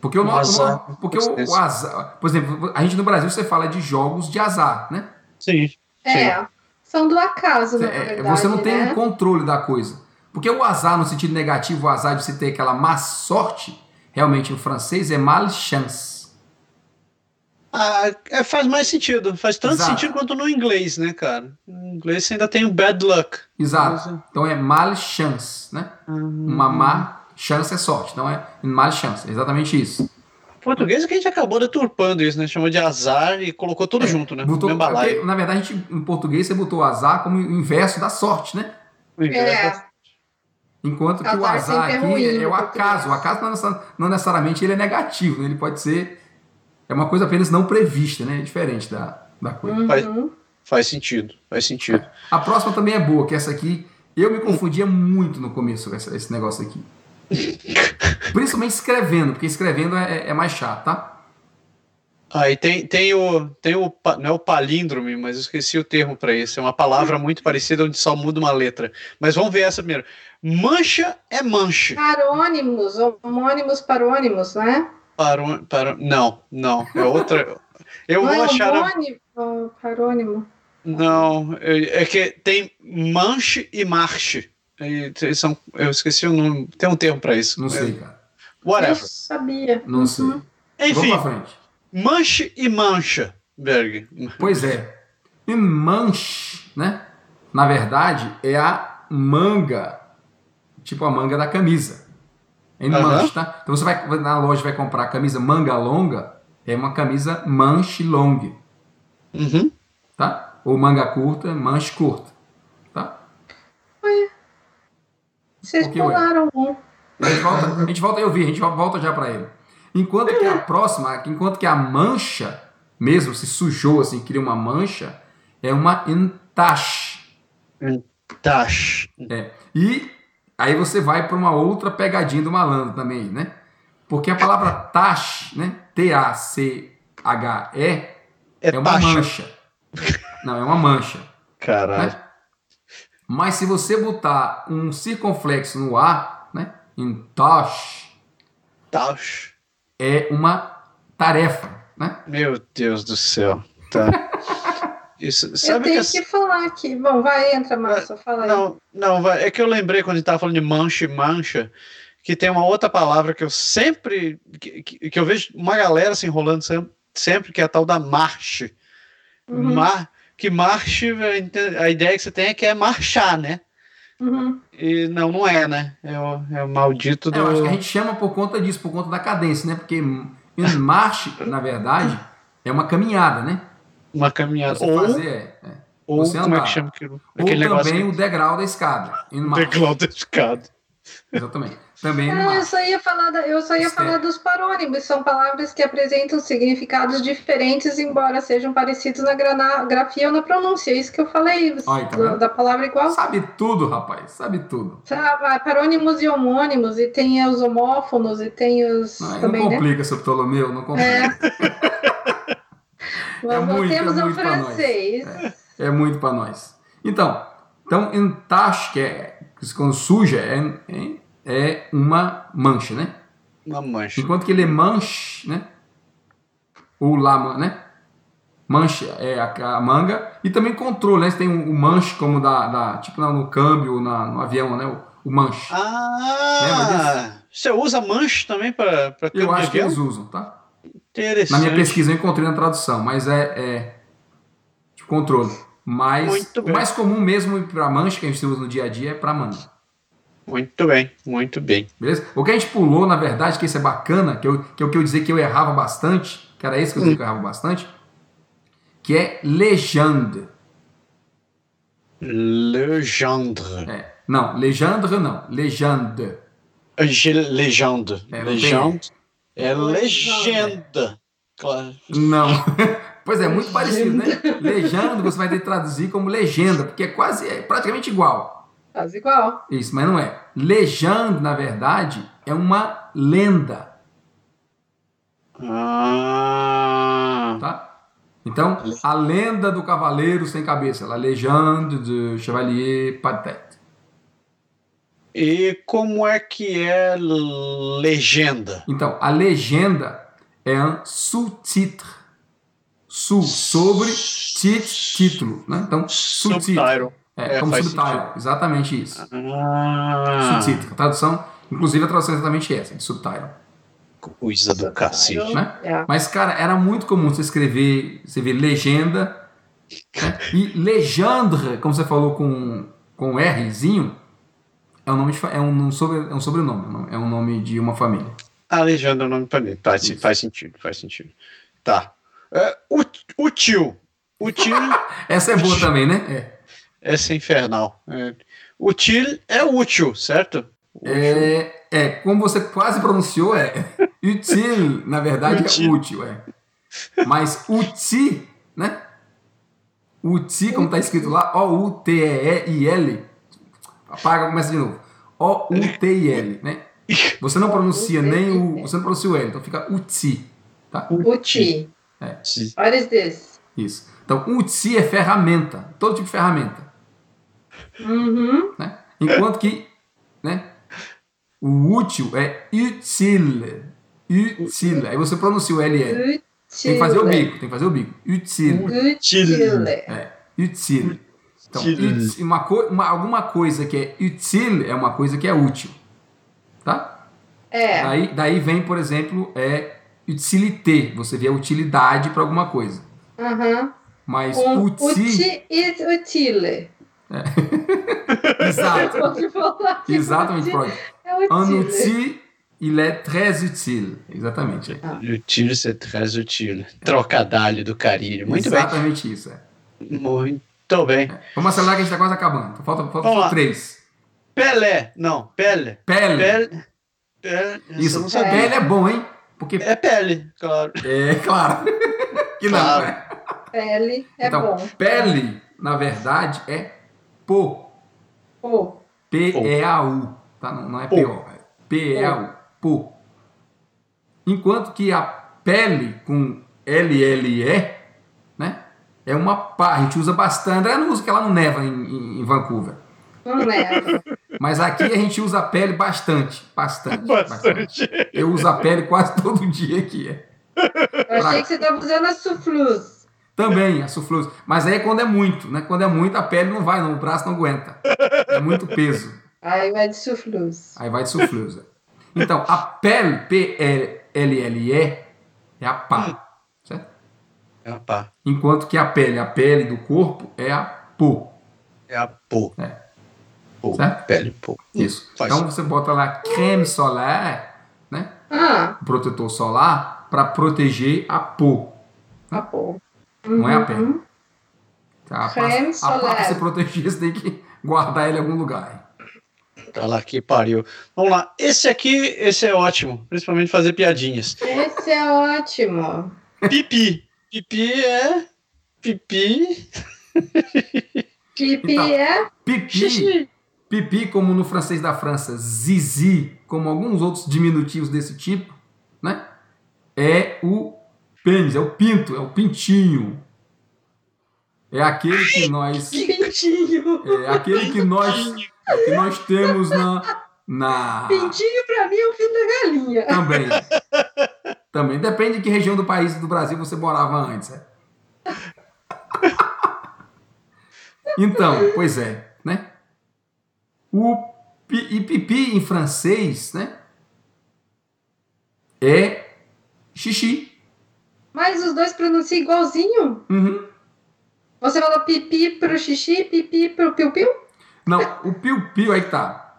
S3: Porque o
S2: Um
S3: nosso,
S2: azar,
S3: o- porque o, o
S2: coincidência.
S3: azar, por exemplo, a gente no Brasil você fala de jogos de azar, né?
S2: sim.
S4: É, são do acaso, na
S3: É,
S4: verdade.
S3: você não tem
S4: né?
S3: um controle da coisa. Porque o azar no sentido negativo, o azar de você ter aquela má sorte, realmente em francês é malchance.
S2: Ah, é, faz mais sentido. Faz tanto
S3: Exato.
S2: sentido quanto no inglês, né, cara? No inglês você ainda tem o bad luck.
S3: Exato. Então é malchance, né?
S4: Uhum.
S3: Uma má chance é sorte, então é malchance, é exatamente isso.
S2: Português é que a gente acabou deturpando isso, né? Chamou de azar e colocou tudo junto, né?
S3: É. Botou, um
S2: Mesmo balaio.
S3: porque, na verdade, a gente, em português você botou o azar como o inverso da sorte, né?
S4: É,
S3: Enquanto que o
S4: Azar
S3: azar
S4: sempre é
S3: aqui
S4: ruim
S3: é,
S4: no
S3: o acaso.
S4: português.
S3: O acaso não, necessa- não necessariamente ele é negativo, né? ele pode ser. É uma coisa apenas não prevista, né? É diferente da, da coisa.
S2: Faz,
S4: Uhum.
S2: faz sentido, faz sentido.
S3: A próxima também é boa, que essa aqui. Eu me confundia muito no começo com essa- esse negócio aqui. Principalmente escrevendo, porque escrevendo é, é mais chato, tá?
S2: Aí Ah, tem, tem o. Tem o. pa- Não é o palíndrome, mas eu esqueci o termo para isso. É uma
S4: Hum.
S2: palavra muito parecida onde só muda uma letra. Mas vamos ver essa primeiro. Mancha é mancha.
S4: Parônimos, homônimos, parônimos, né?
S2: Para, um, para, não, não. É outra. Eu
S4: Não
S2: vou
S4: é
S2: achar. a-
S4: homônimo, parônimo.
S2: Não, é é que tem manche e marche. E t- são, eu esqueci o nome. Tem um termo para isso.
S3: Não sei, cara.
S2: É, Whatever.
S4: Eu sabia. Uhum.
S3: Não sei.
S4: É
S3: Vamos
S2: Uhum. Enfim,
S3: pra frente.
S2: manche e mancha, Berg.
S3: Pois é. E manche, né? Na verdade, é a manga. Tipo a manga da camisa. É em
S2: Aham.
S3: manche, tá? Então você vai na loja vai comprar a camisa manga longa, é uma camisa manche long,
S2: Uhum.
S3: tá? Ou manga curta, manche curta, tá?
S4: Vocês
S3: Por que, ué?
S4: pularam um.
S3: A gente volta, a gente volta eu vi, a gente volta já pra ele. Enquanto que a próxima, enquanto que a mancha mesmo se sujou assim, cria uma mancha, é uma entache.
S2: Tash.
S3: E aí você vai para uma outra pegadinha do malandro também, né? Porque a palavra tache, né? T-A-C-H-E, é,
S2: É,
S3: uma
S2: taxa.
S3: mancha. Não, é uma mancha.
S2: Caralho.
S3: Mas se você botar um circunflexo no A, né? Em tache,
S2: Tash.
S3: é uma tarefa, né?
S2: Meu Deus do céu. Tá. Isso,
S4: Eu
S2: sabe que
S4: tenho
S2: essa-
S4: que falar aqui. Bom, vai, entra,
S3: É,
S4: Márcia, fala aí.
S2: Não, não, vai- é que eu lembrei quando a gente tava falando de mancha e mancha, que tem uma outra palavra que eu sempre. que, que- que eu vejo uma galera se enrolando sem- sempre, que é a tal da marche.
S4: Uhum,
S2: Mar, que marche, eu ente- a ideia que você tem é que é marchar, né?
S4: uhum.
S2: E não, não é, né? É o, é o maldito
S3: É, eu acho que a
S2: do.
S3: gente chama por conta disso, por conta da cadência, né? Porque em marche, na verdade, é uma caminhada, né?
S2: Uma caminhada.
S3: Você
S2: Ou,
S3: fazer é- é.
S2: ou
S3: você
S2: como é
S3: andar.
S2: que chama aquilo?
S3: Ou
S2: Aquele negócio.
S3: também
S2: Que...
S3: o degrau da escada. Em marcha.
S2: Teclado dedicado.
S3: Exatamente. Também no
S4: Não, Ah, eu
S3: marcha.
S4: só ia falar, da- eu só ia
S3: Isso
S4: falar
S3: é.
S4: dos parônimos, são palavras que apresentam significados diferentes, embora sejam parecidos na grana- grafia ou na pronúncia. É isso que eu falei,
S3: Olha, tá
S4: do-
S3: vendo?
S4: da palavra igual.
S3: Sabe tudo, rapaz. Sabe tudo.
S4: Tá, Parônimos e homônimos, e tem os homófonos, e tem os.
S3: Não, aí não
S4: também, né?
S3: complica, seu Ptolomeu. Não complica.
S4: Mas
S3: muito,
S4: Voltemos
S3: é
S4: ao
S3: muito pra nós.
S4: francês.
S3: É, muito pra nós. Então, então em tache, que é que quando suja, é, é, é uma mancha, né?
S2: Uma mancha.
S3: Enquanto que ele é manche, né? Ou lá, né? Manche é a, a manga. E também controle, né? Você tem o manche como da, da- tipo na- no câmbio, na, no avião, né? O, o manche.
S2: Ah! Você usa mancha também para ter
S3: Eu
S2: um
S3: acho que
S2: avião?
S3: eles usam, tá? Na
S2: Interessante.
S3: minha pesquisa eu encontrei na tradução, mas é, é de controle. Mas
S2: Muito
S3: o
S2: bem.
S3: mais comum mesmo para mancha que a gente usa no dia a dia é para manga.
S2: Muito bem, muito bem.
S3: Beleza? O que a gente pulou, na verdade, que isso é bacana, que, eu, que é o que eu dizia que eu errava bastante, que era esse que eu dizia que eu errava bastante, que é legendre.
S2: Legendre.
S3: É, Não, legendre não. Legende.
S2: Angel- Legende.
S3: É, não tem
S2: Legende. É
S4: Legende.
S2: legenda. Claro.
S3: Não. pois é, muito parecido, né? Legende você vai ter que traduzir como legenda, porque é quase, é praticamente igual.
S4: Faz igual.
S3: Isso, mas não é. Legende, na verdade, é uma lenda,
S2: Ah,
S3: tá? Então, a lenda do cavaleiro sem cabeça, la légende de chevalier patet.
S2: e como é que é legenda?
S3: Então, a legenda é um sous-titre. Su, sobre, tit, título, né? Então, subtítulo.
S2: Subtitle.
S3: É,
S2: É,
S3: como
S2: faz
S3: subtítulo, exatamente isso.
S2: Ah,
S3: Subtítulo, tradução, inclusive a tradução é exatamente essa, de subtítulo.
S2: coisa do cacete.
S3: né?
S4: É.
S3: Mas, cara, era muito comum você escrever, você ver legenda. né? E legendre, como você falou com, com um Rzinho, é um, nome de fa- é, um, um sobre, é um sobrenome, é um nome- é um nome de uma família.
S2: Ah, legenda é o nome pra mim. Faz,
S3: Isso.
S2: faz sentido, faz sentido. Tá. É, o, o tio. O tio
S3: Essa é boa também, né? É.
S2: essa é infernal. É. Útil é útil, certo?
S3: É, é, como você quase pronunciou, é. Util, na verdade, é
S2: Útil.
S3: útil, é. Mas o ti, né? O ti, como tá escrito lá, O-U-T-E-E-I-L. Apaga, começa de novo. O-U-T-I-L, né? Você não pronuncia nem o. Você não pronuncia o L, então fica uti. Tá?
S4: Uti.
S3: É.
S4: What is this?
S3: Isso. Então, uti é ferramenta, todo tipo de ferramenta.
S4: Uhum.
S3: Né? Enquanto que né, o útil é utile. Utile. Aí você pronuncia o LL. É. Tem que fazer
S4: é.
S3: o bico, tem que fazer o bico. Utile.
S4: Utile.
S3: É, utile. Então,
S2: Utile.
S3: uti- uma co- uma- alguma coisa que é utile é uma coisa que é útil. Tá?
S4: É.
S3: Daí, daí vem, por exemplo, é utilité. Você vê a utilidade para alguma coisa.
S4: Uhum.
S3: Mas
S4: Um
S3: uti,
S4: uti is utile.
S3: Exato.
S4: Pode falar que
S3: Exatamente, Ah,
S4: uti
S3: Freud.
S4: É
S3: Un
S4: utile.
S3: outil, il est très utile. Exatamente. é.
S2: Utile, você traz utile. Trocadalho do carinho. Muito
S3: Exatamente isso. é.
S2: bem. Muito bem.
S3: Vamos acelerar que a gente está quase acabando. Falta, falta
S2: Vamos
S3: só
S2: lá.
S3: três.
S2: Pelé. Não, Pele.
S3: Pele.
S2: Pele. Pele. Isso.
S3: Hum. Isso.
S2: Eu não
S3: Pele.
S2: sabia.
S3: é bom, hein? Porque,
S2: É Pele, claro.
S3: é claro. que não,
S2: Claro.
S3: né?
S4: Pele é
S3: Então,
S4: bom.
S3: pele, na verdade, é po.
S4: Pô,
S3: P-E-A-U, tá? Não, não é
S2: Pô.
S3: P-O, é P-E-A-U, pô. Enquanto que a pele com L-L-E, né? É uma pá, a gente usa bastante, eu não uso que ela não neva em, em- em Vancouver.
S4: não leva.
S3: Mas aqui a gente usa a pele bastante, bastante, bastante. Eu uso a pele quase todo dia aqui, é.
S4: Eu achei que você estava usando a sufluz.
S3: Também, a suflose. Mas aí é quando é muito, né? Quando é muito, a pele não vai, não, o braço não aguenta. É muito peso.
S4: Aí vai de sufluz.
S3: Aí vai de suflusa. Então, a pele, P-L-L-E, é a pá. Certo?
S2: É a pá.
S3: Enquanto que a pele, a pele do corpo, é a pô.
S2: É a pô.
S3: É.
S2: Pô.
S3: Certo?
S2: Pele, pô.
S3: Isso.
S2: Faz.
S3: Então, você bota lá creme solar, né?
S4: Ah,
S3: Protetor solar, para proteger a pô.
S4: tá bom.
S3: Não é a
S4: Uhum.
S3: pele. Tá? A pá,
S4: Creme
S3: a pá pra
S4: solar.
S3: se proteger, você tem que guardar ele em algum lugar. hein?
S2: Tá lá que pariu. Vamos lá. Esse aqui, esse é ótimo. Principalmente fazer piadinhas.
S4: Esse é ótimo.
S2: Pipi. Pipi é. Pipi.
S4: Pipi
S3: Então,
S4: é
S3: Pipi,
S2: Xixi.
S3: pipi, como no francês da França, zizi, como alguns outros diminutivos desse tipo, né? É o pênis, é o pinto, é o pintinho. É aquele que nós,
S4: pintinho.
S3: é aquele que nós, que nós temos na, na
S4: Pintinho pra mim é o fim da galinha.
S3: também, também. Depende de que região do país do Brasil você morava antes. é. Então, pois é, né? O pi- e pipi em francês, né? É xixi.
S4: Mas os dois pronunciam igualzinho.
S3: Uhum.
S4: Você fala pipi pro xixi, pipi pro piu-piu?
S3: Não, o piu-piu aí que tá.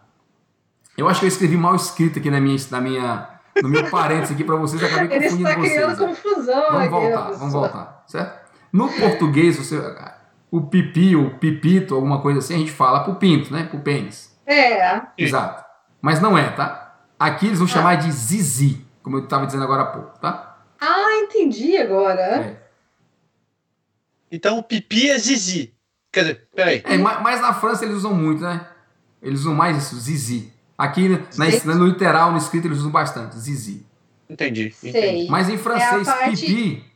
S3: Eu acho que eu escrevi mal escrito aqui na minha, na minha, no meu parênteses aqui pra vocês, eu acabei
S4: Ele
S3: confundindo
S4: está
S3: vocês.
S4: criando
S3: né?
S4: confusão
S3: Vamos
S4: aqui.
S3: voltar,
S4: Anderson.
S3: vamos voltar, certo? No português, você, o pipi, o pipito, alguma coisa assim, a gente fala pro pinto, né? Pro pênis.
S4: É,
S2: Sim.
S3: Exato. Mas não é, tá? Aqui
S4: Ah.
S3: eles vão chamar de zizi, como eu tava dizendo agora há pouco, tá?
S4: Ah, entendi agora.
S3: É.
S2: Então, pipi é zizi. Quer dizer, peraí.
S3: É, ma- mas na França eles usam muito, né? Eles usam mais isso, zizi. Aqui na- na-
S4: Zizi.
S3: no literal, no escrito, eles usam bastante, zizi.
S2: Entendi. entendi.
S4: Sei.
S3: Mas em francês,
S4: É parte-
S3: pipi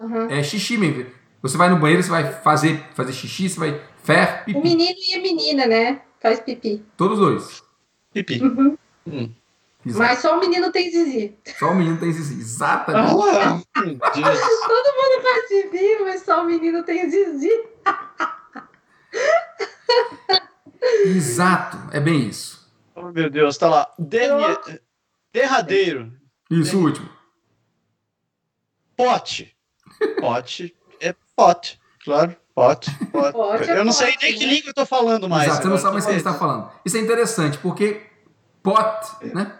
S4: Uhum.
S3: é xixi mesmo. Você vai no banheiro, você vai fazer, fazer xixi, você vai faire
S4: O
S3: pipi.
S4: menino e a menina, né? Faz pipi.
S3: Todos dois.
S2: Pipi.
S4: Uhum.
S3: Exato.
S4: Mas só o menino tem zizi.
S3: Só o menino tem zizi. Exatamente.
S2: Ah, meu Deus.
S4: Faz pipi, mas só o menino tem zizi.
S3: Exato. É bem isso.
S2: Oh, meu Deus, tá lá. Dene- Derradeiro.
S3: Isso, o último.
S2: Pote. Pote é pote. Claro, pote. pote.
S4: Pote é
S2: eu não sei
S4: pote,
S2: nem que
S4: né?
S2: língua eu tô falando mais.
S3: Exato. Você não
S2: agora.
S3: sabe mais o que você está falando. Isso é interessante, porque pot, né?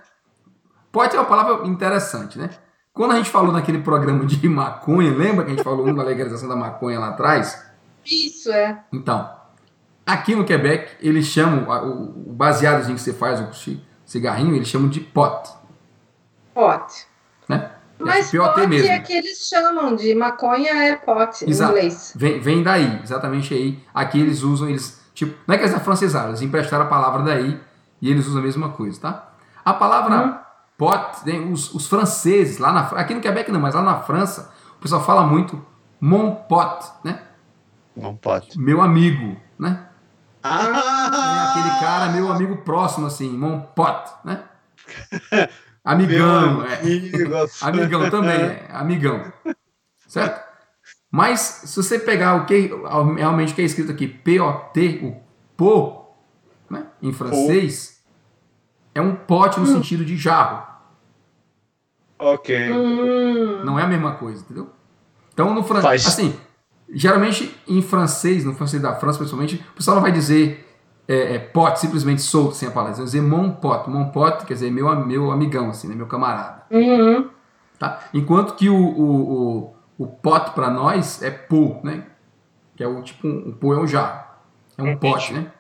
S3: Pot é uma palavra interessante, né? Quando a gente falou naquele programa de maconha, lembra que a gente falou um da legalização da maconha lá atrás?
S4: Isso, é.
S3: Então, aqui no Quebec, eles chamam, a- o o baseadozinho que você faz, o ci- cigarrinho, eles chamam de pot.
S4: Pote.
S3: Né?
S4: Mas
S3: pior
S4: pot
S3: ter mesmo.
S4: é que eles chamam de maconha é pot em
S3: Exato.
S4: inglês.
S3: Vem, vem daí, exatamente aí. Aqui eles usam, eles. Tipo, não é que eles afrancesaram, eles emprestaram a palavra daí e eles usam a mesma coisa, tá? A palavra pot, né, os, os franceses, lá na Fra- aqui no Quebec não, mas lá na França, o pessoal fala muito mon pot, né?
S2: Não pode.
S3: Meu amigo, né? É
S2: Ah,
S3: aquele cara, meu amigo próximo, assim, mon pot, né? Amigão, é. Amigão também, é. Amigão. Certo? Mas se você pegar o que realmente o que é escrito aqui, P-O-T, o PO, né, em francês, é um pote no sentido de jarro.
S2: Ok.
S4: Hum,
S3: Não é a mesma coisa, entendeu? Então, no francês.
S2: Faz-
S3: Assim, geralmente em francês, no francês da França principalmente, o pessoal não vai dizer é, é, pote simplesmente solto, sem a palavra. Eles vão dizer mon pote. Mon pote quer dizer meu, am- meu amigão, assim, né, meu camarada.
S4: hum,
S3: tá? Enquanto que o, o, o, o pot para nós é pô, né? Que é o tipo um, um pô é um jarro. É um pote, né?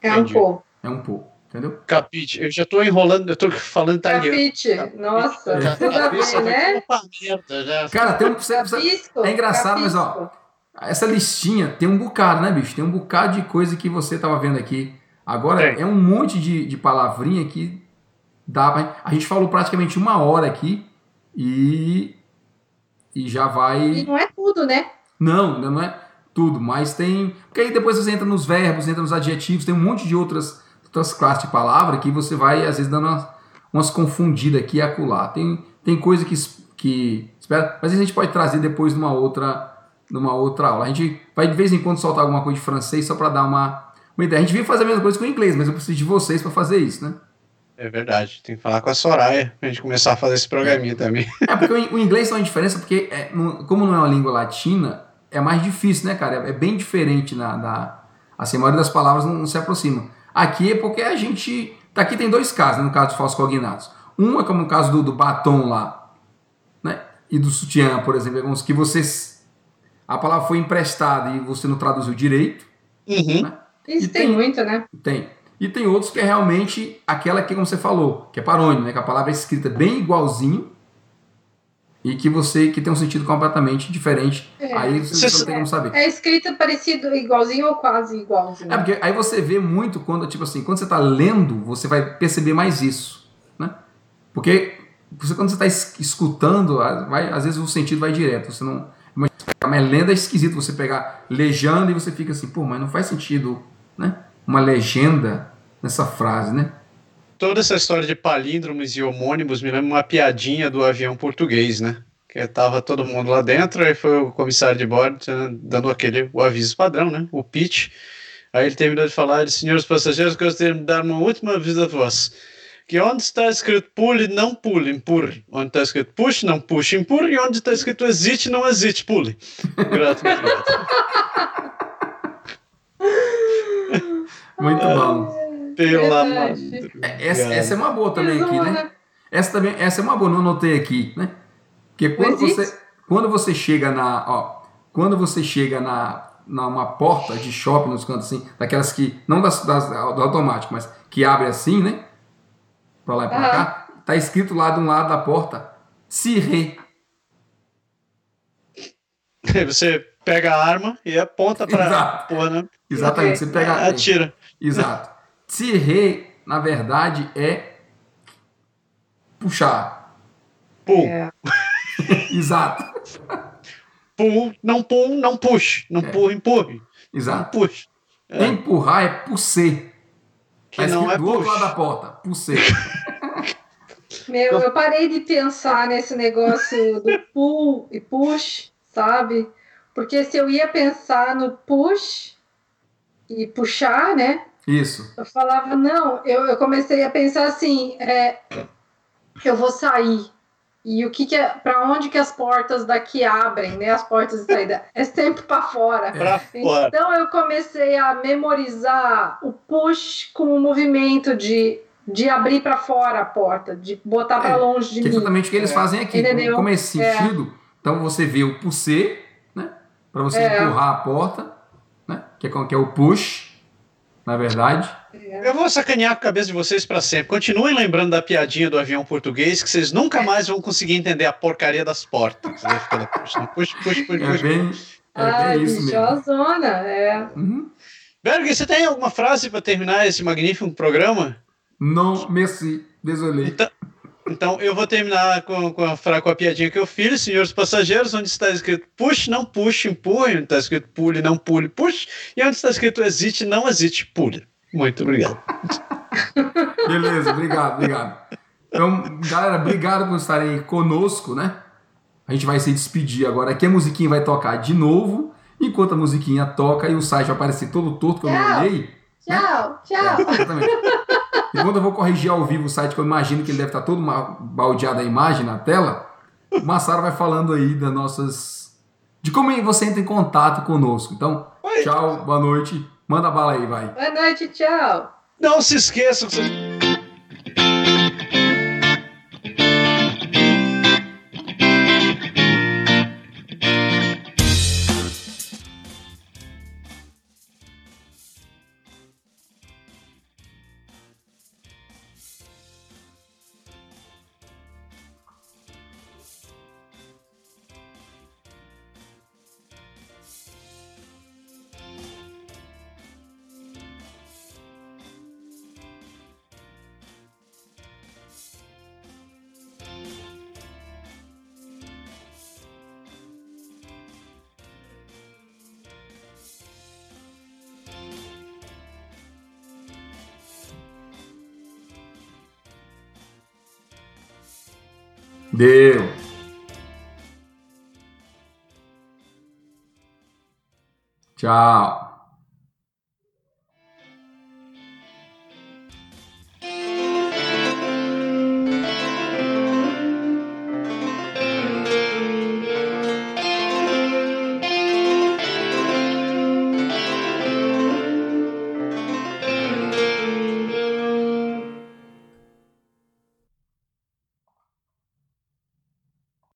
S4: é um
S2: Entendi.
S4: pouco.
S3: É um pô, entendeu?
S2: Capite. Eu já tô enrolando, eu tô falando italiano.
S4: Capite. Nossa.
S3: É.
S4: Tudo bem, né?
S3: Cara, tem um, você- você-
S4: Capisco.
S3: É engraçado, mas, ó,
S4: capisco.
S3: essa listinha tem um bocado, né, bicho? Tem um bocado de coisa que você tava vendo aqui. Agora
S2: Tem.
S3: é um monte de, de palavrinha que dá pra... A gente falou praticamente uma hora aqui e. E já vai.
S4: E não é tudo, né?
S3: Não, ainda não é tudo, mas tem. Porque aí depois você entra nos verbos, entra nos adjetivos, tem um monte de outras, outras classes de palavra que você vai, às vezes, dando umas, umas confundidas aqui e acolá. Tem, tem coisa que, es- que. Espera, mas isso a gente pode trazer depois numa outra, numa outra aula. A gente vai de vez em quando soltar alguma coisa de francês só para dar uma, uma ideia. A gente vinha fazer a mesma coisa com o inglês, mas eu preciso de vocês para fazer isso, né?
S2: É verdade, tem que falar com a Soraya pra gente começar a fazer esse programinha também.
S3: É porque o in- o inglês só é uma diferença, porque é, não- como não é uma língua latina, é mais difícil, né, cara? É, é bem diferente na, da. Assim, a maioria das palavras não, não se aproxima. Aqui é porque a gente. tá Aqui tem dois casos, né, no caso de falsos cognatos. Um é como no caso do, do batom lá, né? E do sutiã, por exemplo, alguns que vocês. A palavra foi emprestada e você não traduziu direito.
S2: Uhum.
S4: Isso
S3: E
S4: tem
S3: tem-
S4: muito, né?
S3: Tem. E tem outros que é realmente aquela que, como você falou, que é parônimo, né? Que a palavra é escrita bem igualzinho e que você que tem um sentido completamente diferente.
S4: É.
S3: Aí você
S2: Você-
S3: não tem como saber.
S4: É escrita parecido, igualzinho ou quase igualzinho.
S3: É porque aí você vê muito quando, tipo assim, quando você tá lendo, você vai perceber mais isso, né? Porque você, quando você tá es- escutando, a- vai- às vezes o sentido vai direto, você não... Mas, mas lendo é esquisito, você pegar legenda e você fica assim, pô, mas não faz sentido, né? Uma legenda nessa frase, né?
S2: Toda essa história de palíndromos e homônimos me lembra uma piadinha do avião português, né? Que tava todo mundo lá dentro, aí foi o comissário de bordo né, dando aquele o aviso padrão, né? O pitch. Aí ele terminou de falar, ele, senhores passageiros, gostaria de dar uma última aviso a vós. Que onde está escrito pule, não pule, pule. Onde está escrito puxe, não puxe, pule. E onde está escrito existe, não existe, pule. Grato, muito grato.
S3: Muito bom.
S2: Pelo amor
S4: Verdade.
S2: de Deus.
S3: É, Essa, essa é uma boa também aqui,
S4: Tesoura.
S3: né? Essa, também, essa é uma boa, não anotei aqui, né? Porque quando
S4: Mas
S3: você,
S4: isso-
S3: quando você chega na. Ó, quando você chega na numa porta de shopping nos cantos assim, daquelas que. Não das, das- do automático, mas que abre assim, né? Pra lá e pra
S4: Aham.
S3: cá, tá escrito lá de um lado da porta, Cirre.
S2: Aí você pega a arma e aponta pra
S3: Exato.
S2: porra, né?
S3: Exatamente. Você
S2: É,
S3: pega.
S2: Atira.
S3: Exato. Cirre, na verdade, é puxar.
S2: Pum.
S4: É.
S3: Exato.
S2: Pum, não pum, não puxe. Não
S3: É.
S2: pum, empurre. Não
S3: Exato.
S2: puxe. É.
S3: Empurrar é pulser.
S2: Que não é
S3: do outro lado da
S2: puxe.
S3: porta, pulseira.
S4: Meu, eu parei de pensar nesse negócio do pull e push, sabe? Porque se eu ia pensar no push e puxar, né?
S3: Isso.
S4: Eu falava, não, eu, eu comecei a pensar assim, é, eu vou sair. E o que que é, para onde que as portas daqui abrem, né? As portas de saída é sempre para fora.
S3: É.
S2: Pra fora.
S4: Então eu comecei a memorizar o push com o movimento de, de abrir para fora a porta, de botar para
S3: É,
S4: longe de
S3: Que é
S4: mim.
S3: exatamente o que eles
S2: É.
S3: fazem aqui.
S4: Entendeu?
S3: Como é esse
S4: É.
S3: sentido, então você vê o pulser, né? Pra você
S4: É.
S3: empurrar a porta, né? Que é, como- que é o push. na verdade.
S2: Eu vou sacanear a cabeça de vocês para sempre. Continuem lembrando da piadinha do avião português, que vocês nunca mais vão conseguir entender a porcaria das portas. Né? Puxa, puxa, puxa, puxa.
S3: É bem, é
S4: Ai,
S3: bem isso
S4: bicho, é
S3: mesmo.
S4: uma zona, é.
S3: Uhum.
S2: Berg, você tem alguma frase para terminar esse magnífico programa?
S3: Non, merci, désolé.
S2: Então eu vou terminar com, com, a, fra- com a piadinha que eu fiz, senhores passageiros, onde está escrito puxe, não puxe, empurre, onde está escrito pule, não pule, puxe, e onde está escrito hesite, não hesite, pule. Muito obrigado.
S3: Beleza, obrigado, obrigado. Então, galera, obrigado por estarem aí conosco, né? A gente vai se despedir agora. Aqui a musiquinha vai tocar de novo. Enquanto a musiquinha toca e o site vai aparecer todo torto que eu não
S4: Tchau.
S3: olhei.
S4: Tchau, tchau.
S3: É, exatamente. Enquanto eu vou corrigir ao vivo o site, que eu imagino que ele deve estar todo ma- baldeado a imagem na tela, o Massaro vai falando aí das nossas. de como você entra em contato conosco. Então,
S2: Oi.
S3: tchau, boa noite. Manda bala aí, vai.
S4: Boa noite, tchau.
S2: Não se esqueçam, vocês
S3: Deu. Tchau.